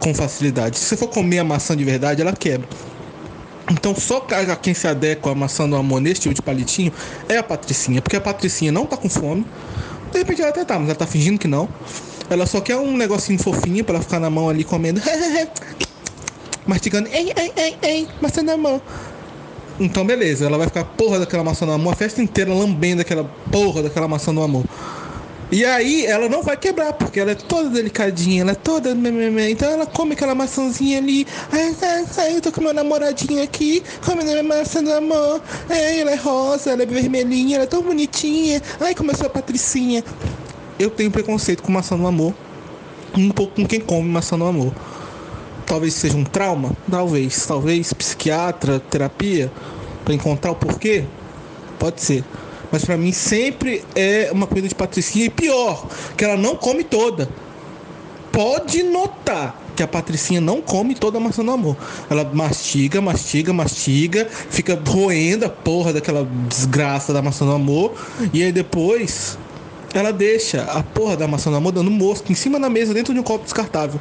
Speaker 10: com facilidade. Se você for comer a maçã de verdade, ela quebra. Então só ca- quem se adequa à maçã do amor nesse tipo de palitinho é a Patricinha, porque a Patricinha não tá com fome. De repente ela até tá, mas ela tá fingindo que não. Ela só quer um negocinho fofinho pra ela ficar na mão ali comendo. Mastigando. Ei, ei, ei, ei, maçã na mão. Então beleza, ela vai ficar porra daquela maçã do amor, a festa inteira lambendo aquela porra daquela maçã do amor. E aí ela não vai quebrar, porque ela é toda delicadinha, ela é toda. mê, mê, mê. Então ela come aquela maçãzinha ali. Ai, ai, ai, eu tô com meu namoradinho aqui, comendo minha maçã do amor. Ai, ela é rosa, ela é vermelhinha, ela é tão bonitinha. Ai, como eu sou a patricinha. Eu tenho preconceito com maçã do amor. Um pouco com quem come maçã do amor. Talvez seja um trauma? Talvez. Talvez psiquiatra, terapia, pra encontrar o porquê? Pode ser. Mas pra mim sempre é uma coisa de patricinha e pior, que ela não come toda. pode notar que a Patricinha não come toda a maçã do amor. Ela mastiga, mastiga, mastiga, fica roendo a porra daquela desgraça da maçã do amor. E aí depois ela deixa a porra da maçã do amor dando mosca em cima da mesa dentro de um copo descartável.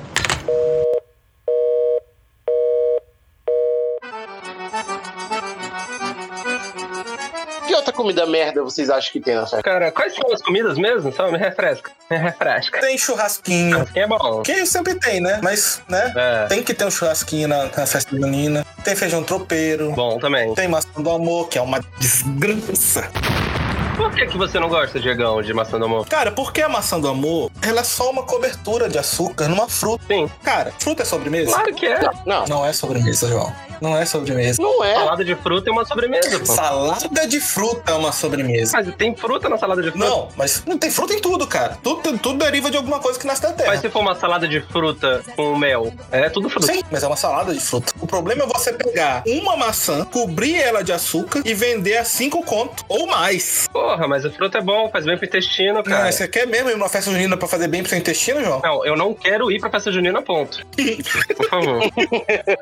Speaker 3: Que outra comida merda vocês acham que tem nessa
Speaker 2: Cara, quais são as comidas mesmo? Só me refresca. Me refresca.
Speaker 1: Tem churrasquinho.
Speaker 2: Quem é bom?
Speaker 1: Que sempre tem, né? Mas, né?
Speaker 2: É.
Speaker 1: Tem que ter um churrasquinho na, na festa junina. Tem feijão tropeiro.
Speaker 2: Bom também.
Speaker 1: Tem maçã do amor, que é uma desgraça.
Speaker 2: Por que, que você não gosta, Diegão, de maçã do amor?
Speaker 1: Cara, por que a maçã do amor? Ela é só uma cobertura de açúcar numa fruta.
Speaker 2: Sim.
Speaker 1: Cara, fruta é sobremesa?
Speaker 2: Claro que é.
Speaker 3: Não,
Speaker 1: Não é sobremesa, João. Não é sobremesa.
Speaker 3: não é.
Speaker 2: Salada de fruta é uma sobremesa, pô.
Speaker 1: Salada de fruta é uma sobremesa.
Speaker 2: Mas tem fruta na salada de fruta?
Speaker 1: Não, mas não tem fruta em tudo, cara. Tudo, tudo deriva de alguma coisa que nasce da terra.
Speaker 2: Mas se for uma salada de fruta com mel, é tudo fruta.
Speaker 1: Sim, mas é uma salada de fruta. O problema é você pegar uma maçã, cobrir ela de açúcar e vender a 5 conto ou mais.
Speaker 2: Porra, mas a fruta é bom, faz bem pro intestino,
Speaker 1: Não,
Speaker 2: cara.
Speaker 1: você quer mesmo ir numa festa junina pra fazer bem pro seu intestino, João?
Speaker 2: Não, eu não quero ir pra festa junina, ponto. Por favor.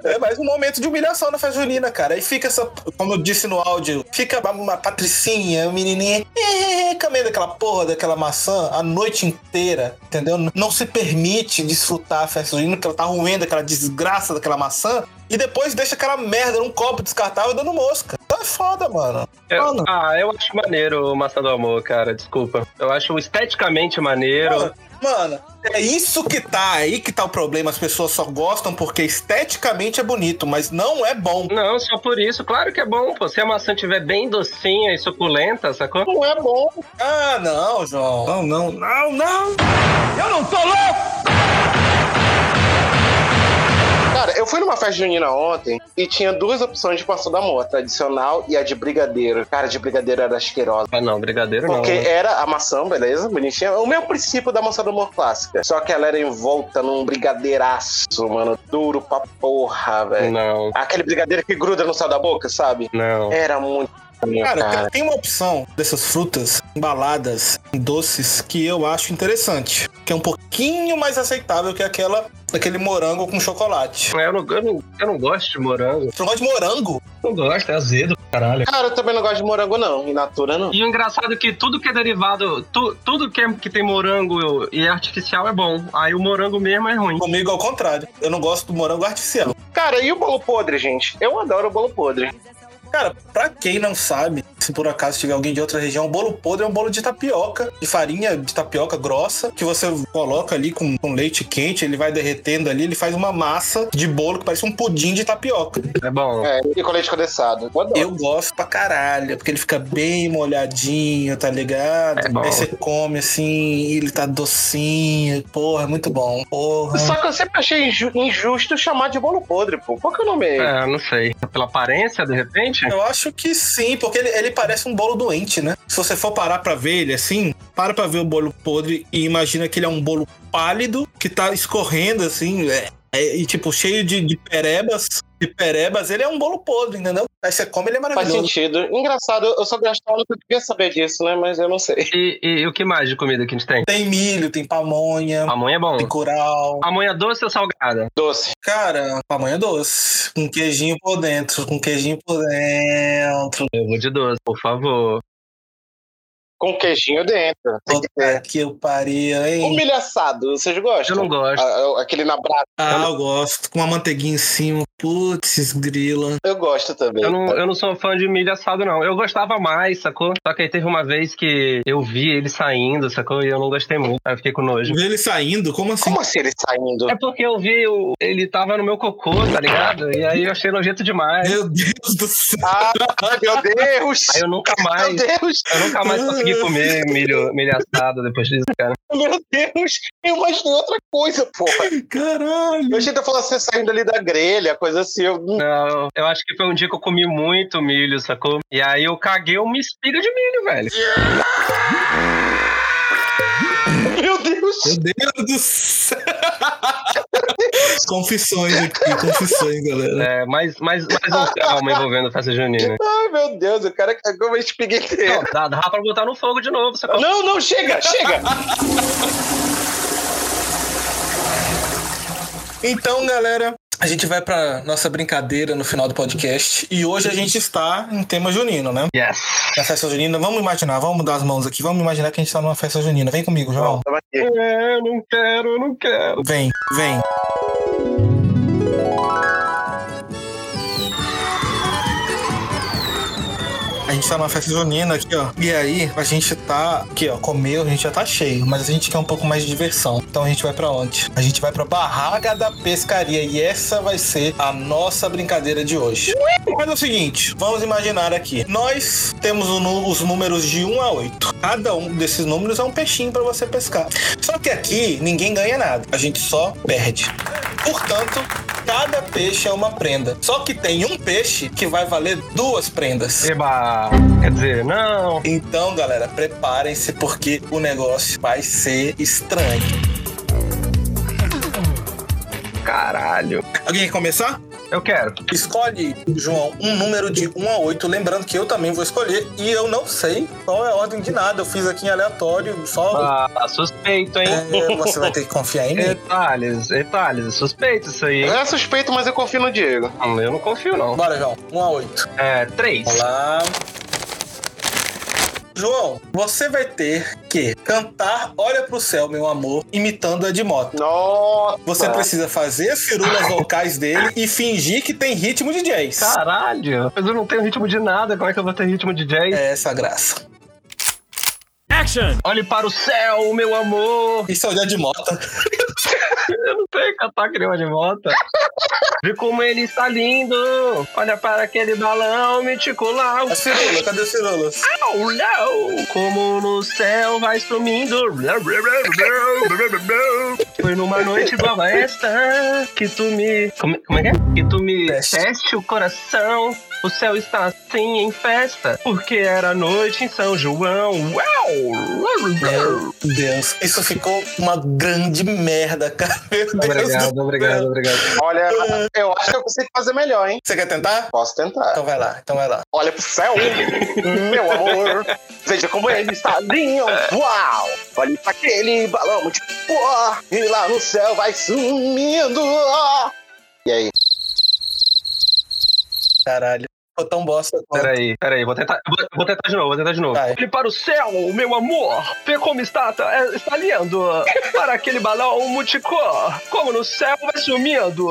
Speaker 1: É mais um momento de humilhação na festa junina, cara. Aí fica essa, como eu disse no áudio, fica uma patricinha, uma menininha, é, comendo aquela porra daquela maçã a noite inteira, entendeu? Não se permite desfrutar a festa junina, porque ela tá ruendo aquela desgraça daquela maçã. E depois deixa aquela merda num copo descartável dando mosca. Tá foda, mano.
Speaker 2: Eu-
Speaker 1: Mano.
Speaker 2: ah, eu acho maneiro o Maçã do Amor, cara, desculpa. Eu acho esteticamente maneiro.
Speaker 1: Mano, mano, é isso que tá aí que tá o problema. As pessoas só gostam porque esteticamente é bonito, mas não é bom.
Speaker 2: Não, só por isso. Claro que é bom, pô. Se a maçã tiver bem docinha e suculenta, sacou?
Speaker 3: Não é bom.
Speaker 1: Ah, não, João. Não, não, não, não.
Speaker 3: Cara, eu fui numa festa junina ontem e tinha duas opções de maçã da amor, a tradicional e a de brigadeiro. Cara, a de brigadeiro era asquerosa.
Speaker 2: Ah, não, brigadeiro não.
Speaker 3: Porque
Speaker 2: né?
Speaker 3: era a maçã, beleza? Bonitinha. É O mesmo princípio da maçã do amor clássica. Só que ela era envolta num brigadeiraço, mano. Duro pra porra, velho.
Speaker 2: Não,
Speaker 3: Aquele brigadeiro que gruda no céu da boca, sabe?
Speaker 2: não.
Speaker 3: Era muito. ruim,
Speaker 1: Cara,
Speaker 3: Cara,
Speaker 1: tem- tem uma opção dessas frutas embaladas em doces que eu acho interessante. Que é um pouquinho mais aceitável que aquela daquele morango com chocolate.
Speaker 2: Eu não, eu, não, eu não gosto de morango.
Speaker 1: Você não gosta de morango?
Speaker 2: Não gosto, é azedo, caralho.
Speaker 3: Cara, eu também não gosto de morango, não. In natura, não.
Speaker 2: E o engraçado é que tudo que é derivado, tu- tudo que, é- que tem morango e é artificial é bom. Aí o morango mesmo é ruim.
Speaker 1: Comigo é o contrário. Eu não gosto do morango artificial.
Speaker 3: Cara, e o bolo podre, gente? Eu adoro o bolo podre.
Speaker 1: Cara, pra quem não sabe, se por acaso tiver alguém de outra região, bolo podre é um bolo de tapioca, de farinha de tapioca grossa, que você coloca ali com, com leite quente, ele vai derretendo ali, ele faz uma massa de bolo que parece um pudim de tapioca.
Speaker 2: É bom.
Speaker 3: É, e com leite condensado. Eu adoro.
Speaker 1: Eu gosto pra caralho, porque ele fica bem molhadinho, tá ligado?
Speaker 2: É bom.
Speaker 1: Aí você come assim, e ele tá docinho, porra, é muito bom, porra.
Speaker 3: Só que eu sempre achei inju- injusto chamar de bolo podre, pô. Qual que é o nome? É.
Speaker 2: É, não sei. Pela aparência, de repente?
Speaker 1: Eu acho que sim, porque ele, ele parece um bolo doente, né? Se você for parar pra ver ele assim, para pra ver o bolo podre e imagina que ele é um bolo pálido que tá escorrendo assim, é, é, e tipo, cheio de, de perebas. De perebas, ele é um bolo podre, entendeu? Aí você come, ele é
Speaker 3: Faz
Speaker 1: maravilhoso.
Speaker 3: sentido. Engraçado, eu sou gastrónomo, eu devia saber disso, né? Mas eu não sei.
Speaker 2: E, e- e o que mais de comida que a gente tem?
Speaker 1: Tem milho, tem pamonha,
Speaker 3: Ah.
Speaker 2: Pamonha é bom.
Speaker 1: tem curau.
Speaker 2: Pamonha doce ou salgada?
Speaker 3: Doce.
Speaker 1: Cara, pamonha doce. Com queijinho por dentro, com queijinho por dentro.
Speaker 2: Eu vou de doce, por favor.
Speaker 3: Com queijinho dentro. Tem que ter.
Speaker 1: Puta que eu pariu, hein?
Speaker 3: Humilho assado, vocês
Speaker 2: Eu
Speaker 3: gostam?
Speaker 2: não gosto.
Speaker 3: Ah, Aquele na brasa,
Speaker 1: Ah, eu gosto. Com uma manteiguinha em cima. Putz, grila.
Speaker 3: eu gosto também.
Speaker 2: Eu não, eu não sou fã de milho assado, não. Eu gostava mais, sacou? Só que aí teve uma vez que eu vi ele saindo, sacou? E eu não gostei muito. Aí eu fiquei com nojo.
Speaker 1: Ele saindo? Como assim?
Speaker 3: Como assim ele saindo?
Speaker 2: É porque eu vi, o- ele tava no meu cocô, tá ligado? E aí eu achei nojento demais.
Speaker 1: Meu Deus do céu.
Speaker 3: Ah, meu Deus!
Speaker 2: Aí eu nunca
Speaker 3: Meu
Speaker 2: mais,
Speaker 3: Deus!
Speaker 2: eu nunca mais consegui comer milho, milho assado depois disso, cara.
Speaker 3: Meu Deus! Eu imaginei outra coisa, porra.
Speaker 1: Caralho.
Speaker 3: Eu achei que eu falando você saindo ali da grelha, coisa assim. Eu...
Speaker 2: Não, eu acho que foi um dia que eu comi muito milho, sacou? E aí eu caguei uma espiga de milho, velho.
Speaker 3: Meu Deus!
Speaker 1: Meu Deus do céu. confissões aqui, confissões, galera.
Speaker 2: É, mais, mais, mais um trauma envolvendo festa junina.
Speaker 3: Ai, meu Deus, o cara cagou uma espiguinha
Speaker 2: Não,
Speaker 3: inteira.
Speaker 2: dá, dá pra botar no fogo de novo, sacou?
Speaker 3: Não, não, chega, chega!
Speaker 1: Então, galera, a gente vai pra nossa brincadeira no final do podcast. E hoje a gente está em tema junino, né?
Speaker 2: Yes.
Speaker 1: Na festa junina, vamos imaginar, vamos mudar as mãos aqui, vamos imaginar que a gente está numa festa junina. Vem comigo, João.
Speaker 3: Tava aqui.
Speaker 2: É, eu não quero, eu não quero.
Speaker 1: Vem, vem. A gente tá numa festa junina aqui, ó. E aí, a gente tá. Aqui, ó, comeu, a gente já tá cheio, mas a gente quer um pouco mais de diversão. Então a gente vai pra onde? A gente vai pra barraca da pescaria. E essa vai ser a nossa brincadeira de hoje. Mas é o seguinte, vamos imaginar aqui. Nós temos o nu- os números de 1 a 8. Cada um desses números é um peixinho pra você pescar. Só que aqui ninguém ganha nada. A gente só perde. Portanto, cada peixe é uma prenda. Só que tem um peixe que vai valer duas prendas.
Speaker 2: Eba. Quer dizer, não.
Speaker 1: Então, galera, preparem-se porque o negócio vai ser estranho.
Speaker 2: Caralho.
Speaker 1: Alguém quer começar?
Speaker 2: Eu quero.
Speaker 1: Escolhe, João, um número de 1 a 8. Lembrando que eu também vou escolher. E eu não sei qual é a ordem de nada. Eu fiz aqui em aleatório, só.
Speaker 2: Ah, suspeito, hein?
Speaker 1: É, você vai ter que confiar em mim.
Speaker 2: Detalhes, detalhes. É suspeito isso aí, hein?
Speaker 3: Não é suspeito, mas eu confio no Diego.
Speaker 2: Hum, Eu não confio, não.
Speaker 1: Bora, João. 1 a 8.
Speaker 2: É, três.
Speaker 1: Vamos lá. João, você vai ter que cantar Olha pro Céu, meu amor, imitando Edmota.
Speaker 3: Nossa.
Speaker 1: Você precisa fazer as firulas vocais dele e fingir que tem ritmo de jazz.
Speaker 2: Caralho. Mas eu não tenho ritmo de nada. Como é que eu vou ter ritmo de jazz?
Speaker 1: É essa a graça.
Speaker 2: Olhe para o céu, meu amor.
Speaker 1: Isso é olhar de mota.
Speaker 2: Eu não sei cantar que nem uma de volta. Vê como ele está lindo. Olha para aquele balão meticular.
Speaker 1: As firulas, cadê as firulas?
Speaker 2: Oh, não. Como no céu vai sumindo. Foi numa noite do esta que tu me. Como, como é que é? Que tu me
Speaker 1: Teste.
Speaker 2: teste o coração. O céu está assim em festa. Porque era noite em São João. Uau!
Speaker 1: Meu Deus, isso ficou uma grande merda, cara. Meu Deus do
Speaker 2: Obrigado,
Speaker 1: céu.
Speaker 2: obrigado, obrigado.
Speaker 3: Olha, eu acho que eu consigo fazer melhor, hein?
Speaker 1: Você quer tentar?
Speaker 3: Posso tentar.
Speaker 1: Então vai lá, então vai lá.
Speaker 3: Olha pro céu, meu amor. Veja como ele está lindo. Uau! Olha pra aquele balão de pó. E lá no céu vai sumindo. E aí?
Speaker 1: Caralho. Ficou tão bosta. quanto.
Speaker 2: Peraí, peraí, vou tentar, vou, vou tentar de novo, vou tentar de novo.
Speaker 1: Vai.
Speaker 2: Olhe para o céu, meu amor, vê como está, tá, é, está lindo, para aquele balão multicor, como no céu vai sumindo.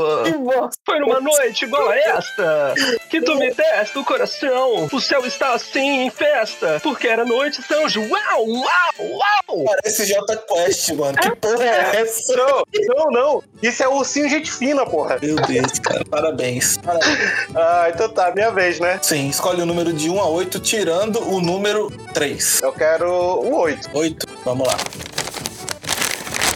Speaker 2: Foi numa noite igual a esta, que tu me testa o coração, o céu está assim em festa, porque era noite de São João, uau, uau.
Speaker 1: Parece J Quest, mano. Que porra é essa?
Speaker 3: Não, não, não. Isso é ursinho gente fina, porra.
Speaker 1: Meu Deus, cara. Parabéns. Parabéns.
Speaker 3: Ah, então tá, minha vez, né?
Speaker 1: Sim, escolhe o número de 1 a 8, tirando o número 3.
Speaker 3: Eu quero o oito.
Speaker 1: 8, vamos lá.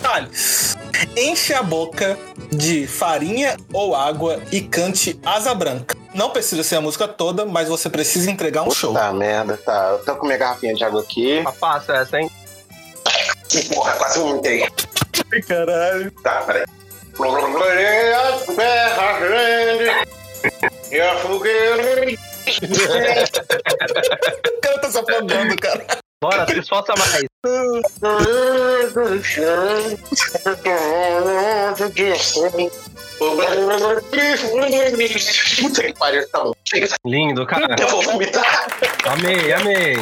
Speaker 1: Thales, enche a boca de farinha ou água e cante Asa Branca. Não precisa ser a música toda, mas você precisa entregar um show.
Speaker 3: Tá, merda, tá. Eu tô com minha garrafinha de água aqui.
Speaker 2: Uma passa essa, hein?
Speaker 3: Que porra, quase vomitei.
Speaker 1: Caralho.
Speaker 3: Tá, peraí. A terra grande e a fogueira.
Speaker 1: O cara tá se afogando, cara.
Speaker 2: Bora, se esforça mais.
Speaker 3: Puta que pariu, tá bom.
Speaker 2: Lindo, cara.
Speaker 3: Eu vou vomitar.
Speaker 2: Amei, amei.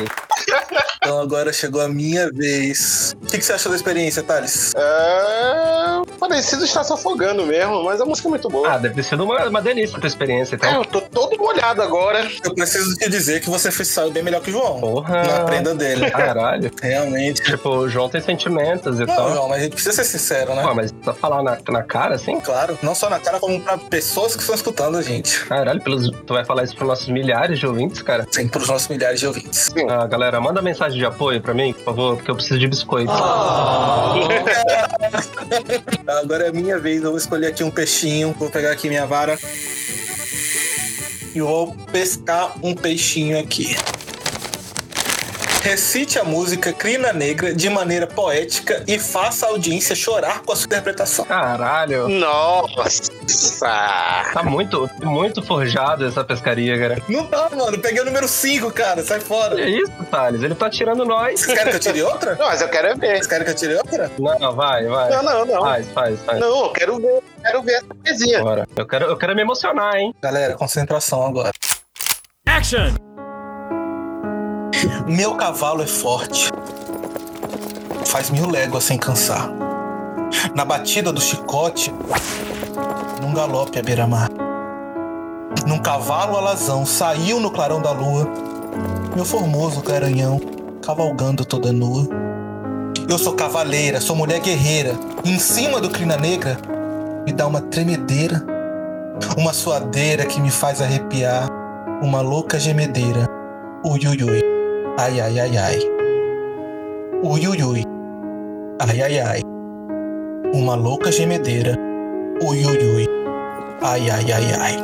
Speaker 1: Então agora chegou a minha vez. O que, que você achou da experiência, Thales?
Speaker 3: É, parecido estar se afogando mesmo, mas a música é muito boa.
Speaker 2: Ah, deve ter sido uma, uma delícia a tua
Speaker 3: É,
Speaker 2: experiência, então.
Speaker 3: eu tô todo molhado agora.
Speaker 1: Eu preciso te dizer que você fez saiu bem melhor que o João.
Speaker 2: Porra.
Speaker 1: Na prenda dele.
Speaker 2: Caralho.
Speaker 1: Realmente.
Speaker 2: Tipo, o João tem sentimentos e
Speaker 1: Não,
Speaker 2: tal.
Speaker 1: João, mas a gente precisa ser sincero, né?
Speaker 2: Pô, mas só falar na, na cara, assim?
Speaker 1: Claro, não só na cara, como pra pessoas que estão escutando a gente.
Speaker 2: Caralho, pelos, tu vai falar isso pros nossos milhares de ouvintes, cara?
Speaker 1: Sim, pros nossos milhares de ouvintes.
Speaker 2: Ah, galera, manda mensagem de apoio pra mim, por favor, porque eu preciso de biscoito.
Speaker 1: Agora é minha vez, eu vou escolher aqui um peixinho. Vou pegar aqui minha vara. E vou pescar um peixinho aqui. Recite a música Crina Negra de maneira poética e faça a audiência chorar com a sua interpretação.
Speaker 2: Caralho.
Speaker 3: Nossa. Nossa!
Speaker 2: Tá muito, muito forjado essa pescaria, cara.
Speaker 1: Não tá, mano. Eu peguei o número 5, cara. Sai fora.
Speaker 2: Que isso, Thales? Ele tá tirando nós.
Speaker 1: Vocês querem que eu tire outra?
Speaker 3: Não, mas eu quero é ver.
Speaker 1: Vocês querem que eu tire outra?
Speaker 2: Não, vai, vai.
Speaker 3: Não, não, não.
Speaker 2: Faz, faz, faz.
Speaker 3: Não, eu quero ver, eu quero ver essa coisinha.
Speaker 2: Bora. Eu quero, eu quero me emocionar, hein?
Speaker 1: Galera, concentração agora.
Speaker 11: Action!
Speaker 1: Meu cavalo é forte. Faz mil léguas sem cansar. Na batida do chicote, num galope à beira-mar. Num cavalo alazão saiu no clarão da lua. Meu formoso garanhão, cavalgando toda nua. Eu sou cavaleira, sou mulher guerreira. E em cima do crina negra, me dá uma tremedeira. Uma suadeira que me faz arrepiar. Uma louca gemedeira. Ui, ui, ui. Ai, ai, ai, ai. Ui, ui, ui. Ai, ai, ai. Uma louca gemedeira. Ui, ui, ui. Ai, ai, ai, ai.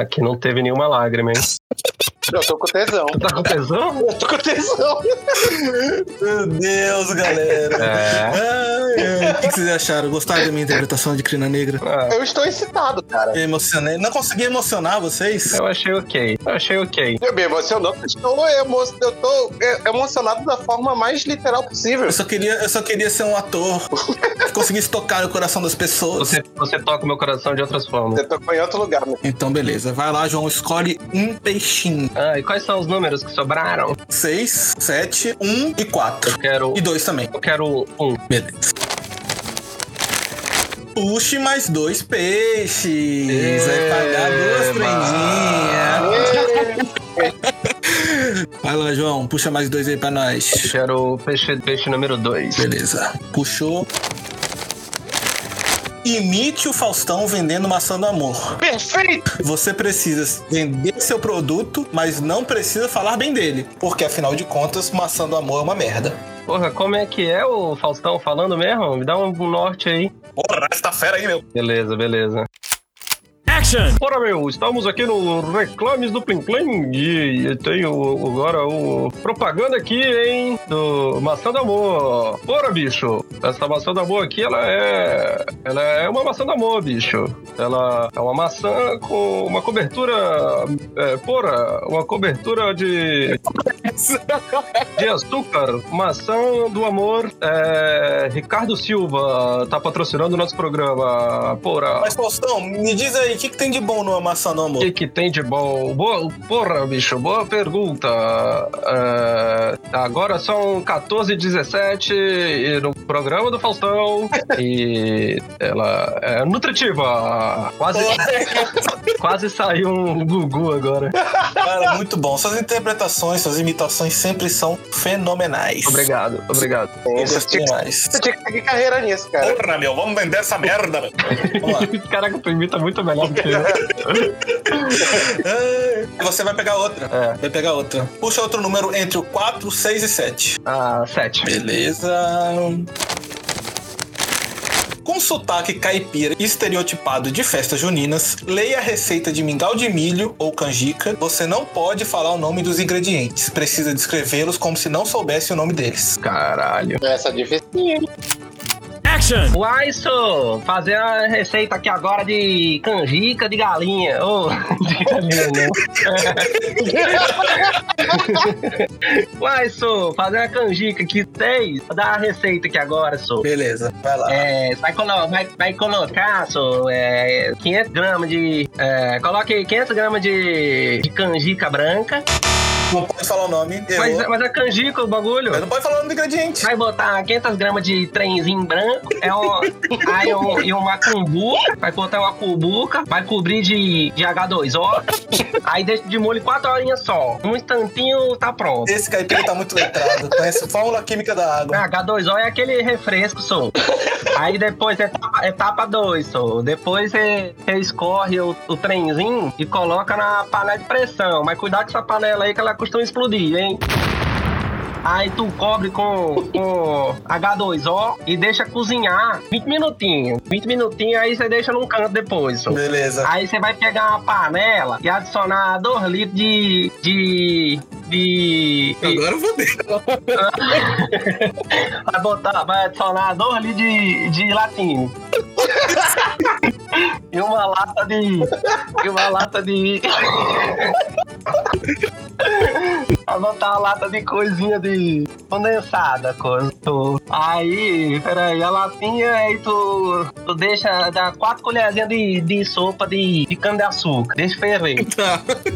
Speaker 2: Aqui Ah, não teve nenhuma lágrima, hein?
Speaker 3: Eu tô com tesão.
Speaker 2: Tu tá com tesão?
Speaker 3: Eu tô com tesão.
Speaker 1: Meu Deus, galera.
Speaker 2: É.
Speaker 1: Ai, ai. O que que vocês acharam? Gostaram da minha interpretação de Crina Negra?
Speaker 2: Ah,
Speaker 3: Eu estou excitado, cara.
Speaker 1: Eu emocionei. Não consegui emocionar vocês?
Speaker 2: eu achei ok. Eu achei ok.
Speaker 3: Eu me emocionou, eu estou, emo eu tô é, emocionado da forma mais literal possível.
Speaker 1: Eu só queria, eu só queria ser um ator que conseguisse tocar o coração das pessoas.
Speaker 2: Você, você toca o meu coração de outras formas.
Speaker 3: Você tocou em outro lugar, né?
Speaker 1: Então, beleza. Vai lá, João. Escolhe um peixinho.
Speaker 2: Ah, e quais são os números que sobraram?
Speaker 1: 6, 7, 1 e 4.
Speaker 2: Eu quero.
Speaker 1: E 2 também.
Speaker 2: Eu quero um.
Speaker 1: Beleza. Puxe mais dois peixes. Vai pagar duas prendinhas. Vai lá, João. Puxa mais dois aí pra
Speaker 2: Eu
Speaker 1: nós.
Speaker 2: quero o peixe, peixe número 2.
Speaker 1: Beleza. Puxou. Imite o Faustão vendendo maçã do amor.
Speaker 3: Perfeito!
Speaker 1: Você precisa vender seu produto, mas não precisa falar bem dele. Porque afinal de contas, maçã do amor é uma merda.
Speaker 2: Porra, como é que é o Faustão falando mesmo? Me dá um norte aí.
Speaker 1: Porra, essa fera aí, meu.
Speaker 2: Beleza, beleza.
Speaker 11: Action!
Speaker 2: Ora, meu, estamos aqui no Reclames do Plim Plim e eu tenho agora o propaganda aqui, hein, do Maçã do Amor. Ora, bicho, essa maçã do amor aqui, ela é ela é uma maçã do amor, bicho. Ela é uma maçã com uma cobertura, é, pora, uma cobertura de de açúcar, maçã do amor. É, Ricardo Silva tá patrocinando o nosso programa, pora.
Speaker 1: Mas, Faustão, me diz aí, o que, que tem de bom numa maçã do
Speaker 2: O
Speaker 1: amor?
Speaker 2: que, que tem de bom? Boa, porra, bicho, boa pergunta. É, agora são 14 h 17 e no programa do Faustão. e ela é nutritiva. Quase, quase saiu um Gugu agora.
Speaker 1: Cara, é muito bom. Suas interpretações, suas imitações sempre são fenomenais.
Speaker 2: Obrigado, obrigado.
Speaker 1: Eu
Speaker 3: Você
Speaker 1: gostei
Speaker 3: tinha,
Speaker 1: demais.
Speaker 3: você tinha que ter carreira nisso, cara.
Speaker 1: Porra, meu, vamos vender essa merda, meu. Vamos lá.
Speaker 2: Caraca, tu imita muito melhor do que eu.
Speaker 1: Ai, Você vai pegar outra.
Speaker 2: É.
Speaker 1: Vai pegar outra. Puxa outro número entre o 4, 6 e 7.
Speaker 2: Ah, 7.
Speaker 1: Beleza. Com sotaque caipira e estereotipado de festas juninas, leia a receita de mingau de milho ou canjica. Você não pode falar o nome dos ingredientes. Precisa descrevê-los como se não soubesse o nome deles.
Speaker 2: Caralho.
Speaker 3: Essa é difícil.
Speaker 11: Action!
Speaker 2: Uai, isso! Fazer a receita aqui agora de canjica de galinha. Ô, de galinha né? não. Uai, isso! Fazer a canjica aqui, seis. Vou dar a receita aqui agora, so.
Speaker 1: Beleza, vai lá.
Speaker 2: É, vai, colo vai, vai colocar, so, é, 500 gramas de... É, coloque 500 gramas de, de canjica branca.
Speaker 1: Não pode falar o nome. errou.
Speaker 2: Mas, mas é canjica o bagulho.
Speaker 1: Mas não pode falar o nome do ingrediente.
Speaker 2: Vai botar 500 gramas de trenzinho branco, é um, aí um, e uma cumbuca, vai botar uma cumbuca, vai cobrir de, de H2O, aí deixa de molho 4 horinhas só. Um instantinho tá pronto.
Speaker 1: Esse caipira tá muito letrado. Conhece fórmula química da água.
Speaker 2: Ah, H2O é aquele refresco, só. Aí depois é etapa- etapa 2, só. Depois você você escorre o, o trenzinho e coloca na panela de pressão. Mas cuidado com essa panela aí que ela costuma explodir, hein? Aí tu cobre com, com H2O e deixa cozinhar 20 minutinhos. 20 minutinhos aí você deixa num canto depois, só.
Speaker 1: Beleza.
Speaker 2: Aí você vai pegar uma panela e adicionar 2 litros de, de de.
Speaker 9: Agora eu vou ver.
Speaker 2: vai botar, vai adicionar dois ali de, de latinho. e uma lata de. E uma lata de. Vai botar uma lata de coisinha de condensada, coisa. Tu- Aí, peraí, a latinha, aí tu, tu deixa, dá quatro colherzinhas de, de sopa de, de cana-de-açúcar, deixa ferver.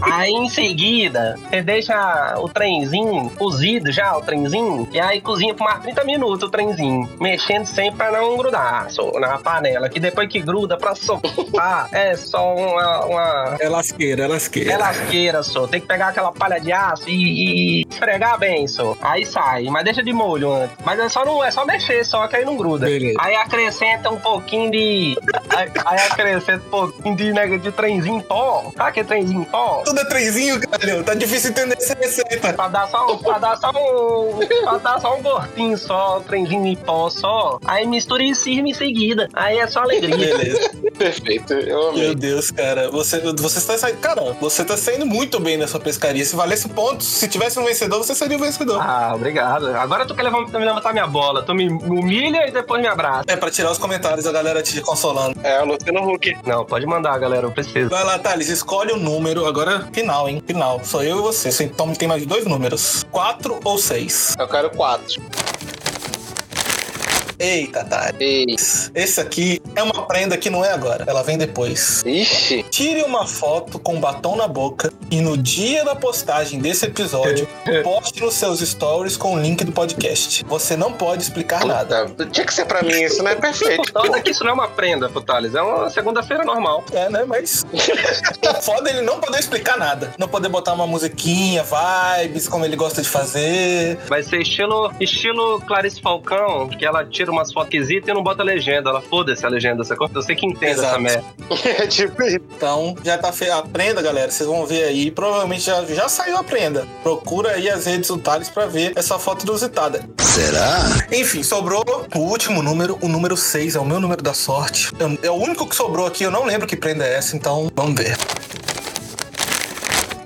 Speaker 2: Aí em seguida, você deixa o trenzinho cozido já, o trenzinho, e aí cozinha por mais 30 minutos o trenzinho, mexendo sempre pra não grudar so- na panela, que depois que gruda pra sopar, é só uma- uma,
Speaker 9: É lasqueira, é lasqueira.
Speaker 2: é lasqueira, só. Tem que pegar aquela palha de aço e, e esfregar bem, só. Aí sai, mas deixa de molho antes. Mas é só, não, é só mexer, só que aí não gruda.
Speaker 9: Beleza.
Speaker 2: Aí acrescenta um pouquinho de. aí, aí acrescenta um pouquinho de, né, de trenzinho em pó. Sabe aquele trenzinho em pó?
Speaker 1: Tudo é trenzinho, cara. Tá difícil entender essa receita.
Speaker 2: Pra dar só, um- pra dar só um. pra dar só um gostinho só, um trenzinho em pó só. Aí mistura e sirva em seguida. Aí é só alegria.
Speaker 1: Beleza.
Speaker 3: Perfeito, eu amei.
Speaker 1: Meu Deus, cara. Você, você está saindo. Cara, você tá saindo muito bem nessa pescaria. Se valesse pontos, se tivesse um vencedor, você seria o vencedor.
Speaker 2: Ah, obrigado. Agora tu quer levantar, levantar minha bola. Tu me humilha e depois me abraça.
Speaker 1: É pra tirar os comentários, a galera te consolando.
Speaker 3: É, o Luciano Huck.
Speaker 2: Não, pode mandar, galera. Eu preciso.
Speaker 1: Vai lá, Thales, escolhe o número. Agora, final, hein? Final. Sou eu e você. Você- Então tem mais dois números: quatro ou seis.
Speaker 3: Eu quero quatro.
Speaker 1: Eita, Thales.
Speaker 3: E...
Speaker 1: Esse aqui é uma prenda que não é agora. Ela vem depois.
Speaker 3: Ixi,
Speaker 1: Tire uma foto com batom na boca e no dia da postagem desse episódio, poste nos seus stories com o link do podcast. Você não pode explicar nada.
Speaker 3: nada. Tinha que ser pra mim isso, né? Perfeito.
Speaker 2: Então, daqui isso não é uma prenda pro Thales, é uma segunda-feira normal.
Speaker 1: É, né? Mas. Foda é ele não poder explicar nada. Não poder botar uma musiquinha, vibes, como ele gosta de fazer.
Speaker 2: Vai ser estilo, estilo Clarice Falcão, que ela tira umas fotos esquisitas e não bota legenda. Ela foda-se a legenda, essa coisa. Eu sei que entende
Speaker 1: Exato.
Speaker 2: essa merda.
Speaker 3: É tipo isso.
Speaker 1: Então, já tá feia a prenda, galera. Vocês vão ver aí. Provavelmente já, já saiu a prenda. Procura aí as redes do Thales pra ver essa foto inusitada.
Speaker 7: Será?
Speaker 1: Enfim, sobrou o último número, o número 6, é o meu número da sorte. Eu- É o único que sobrou aqui, eu não lembro que prenda é essa, então vamos ver.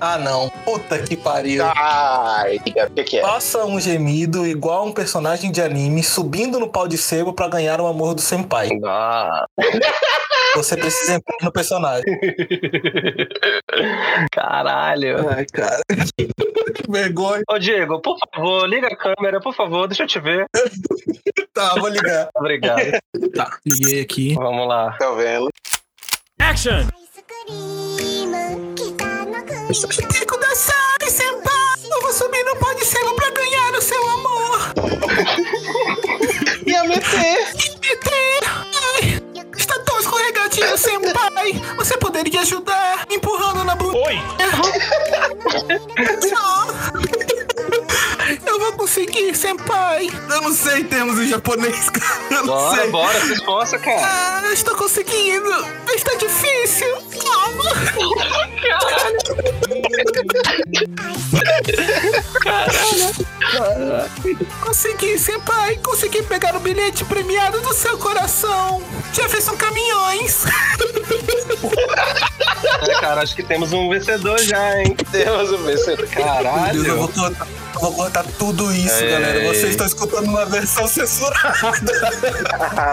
Speaker 1: Ah, não. Puta que pariu.
Speaker 3: Ah. Ai, diga, o que, que é?
Speaker 1: Passa um gemido igual um personagem de anime subindo no pau de sebo pra ganhar o amor do senpai.
Speaker 2: Ah,
Speaker 1: Você precisa entrar no personagem.
Speaker 2: caralho.
Speaker 1: Ai, cara. Que vergonha.
Speaker 2: Ô, Diego, por favor, liga a câmera, por favor, deixa eu te ver.
Speaker 1: Tá, vou ligar.
Speaker 2: Obrigado.
Speaker 9: Tá, liguei aqui.
Speaker 2: Vamos lá.
Speaker 3: Tá vendo?
Speaker 11: Action!
Speaker 7: ください、senpai! Eu vou subir no pó de sebo pra ganhar o seu amor!
Speaker 3: Ia meter.
Speaker 7: Ai, está tão escorregadinho, senpai! Você poderia ajudar empurrando na bunda?
Speaker 11: Oi!
Speaker 7: Eu vou conseguir, senpai!
Speaker 9: Eu não sei termos em japonês, cara. Eu não
Speaker 2: Bora,
Speaker 9: sei.
Speaker 2: bora, se esforça, cara.
Speaker 7: Ah, eu estou conseguindo! Está difícil! Consegui, senpai! Consegui pegar o bilhete premiado do seu coração! Jefferson Caminhões!
Speaker 2: É, cara, acho que temos um vencedor já, hein?
Speaker 3: Deus, o
Speaker 1: Meu
Speaker 3: vencedor.
Speaker 1: Deus, eu
Speaker 2: Caralho.
Speaker 1: vou cortar, eu vou cortar tudo isso,
Speaker 2: É.
Speaker 1: galera. Vocês estão escutando uma versão censurada.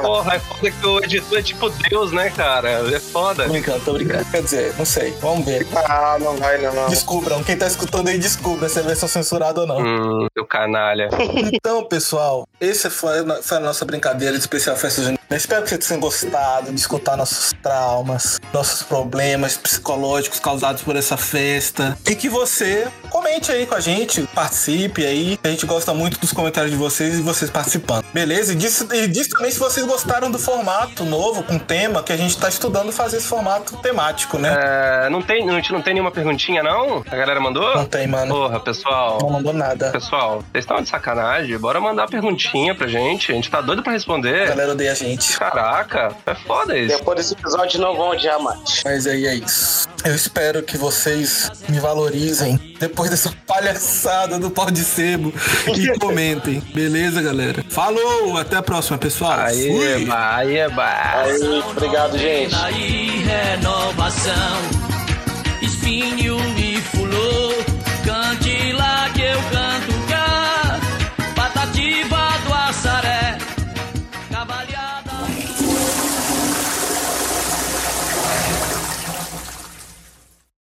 Speaker 2: Porra, é foda que o editor é tipo Deus, né, cara? É foda.
Speaker 1: Tô brincando, tô brincando. Quer dizer, não sei. Vamos ver.
Speaker 3: Ah, não vai não.
Speaker 1: Descubram, quem tá escutando aí, descubra se é versão censurada ou não.
Speaker 2: Hum, seu canalha.
Speaker 1: Então, pessoal, esse foi, foi a nossa brincadeira de especial Festa Junina. Eu Espero que vocês tenham gostado de escutar nossos traumas, nossos problemas psicológicos causados por essa festa. E que você comente aí com a gente, participe aí. A gente gosta muito dos comentários de vocês e vocês participando. Beleza? E diz, e diz também se vocês gostaram do formato novo, com tema, que a gente tá estudando fazer esse formato temático, né?
Speaker 2: É, não tem, a gente não tem nenhuma perguntinha, não? A galera
Speaker 1: Não
Speaker 2: mandou?
Speaker 1: tem, mano.
Speaker 2: Porra, pessoal.
Speaker 1: Não mandou nada.
Speaker 2: Pessoal, vocês estão de sacanagem? Bora mandar perguntinha pra gente. A gente tá doido pra
Speaker 1: A
Speaker 2: responder.
Speaker 1: galera odeia a gente.
Speaker 2: Caraca, é foda isso.
Speaker 3: Depois desse episódio não vão odiar mais.
Speaker 1: Mas aí é isso. Eu espero que vocês me valorizem depois dessa palhaçada do pau de sebo e comentem.
Speaker 9: Beleza, galera. Falou, até a próxima,
Speaker 2: 哎
Speaker 9: pessoal. Fui.
Speaker 2: Aí, ba, aí, ba.
Speaker 3: Aí, obrigado, gente.
Speaker 11: Aí, renovação, espinho e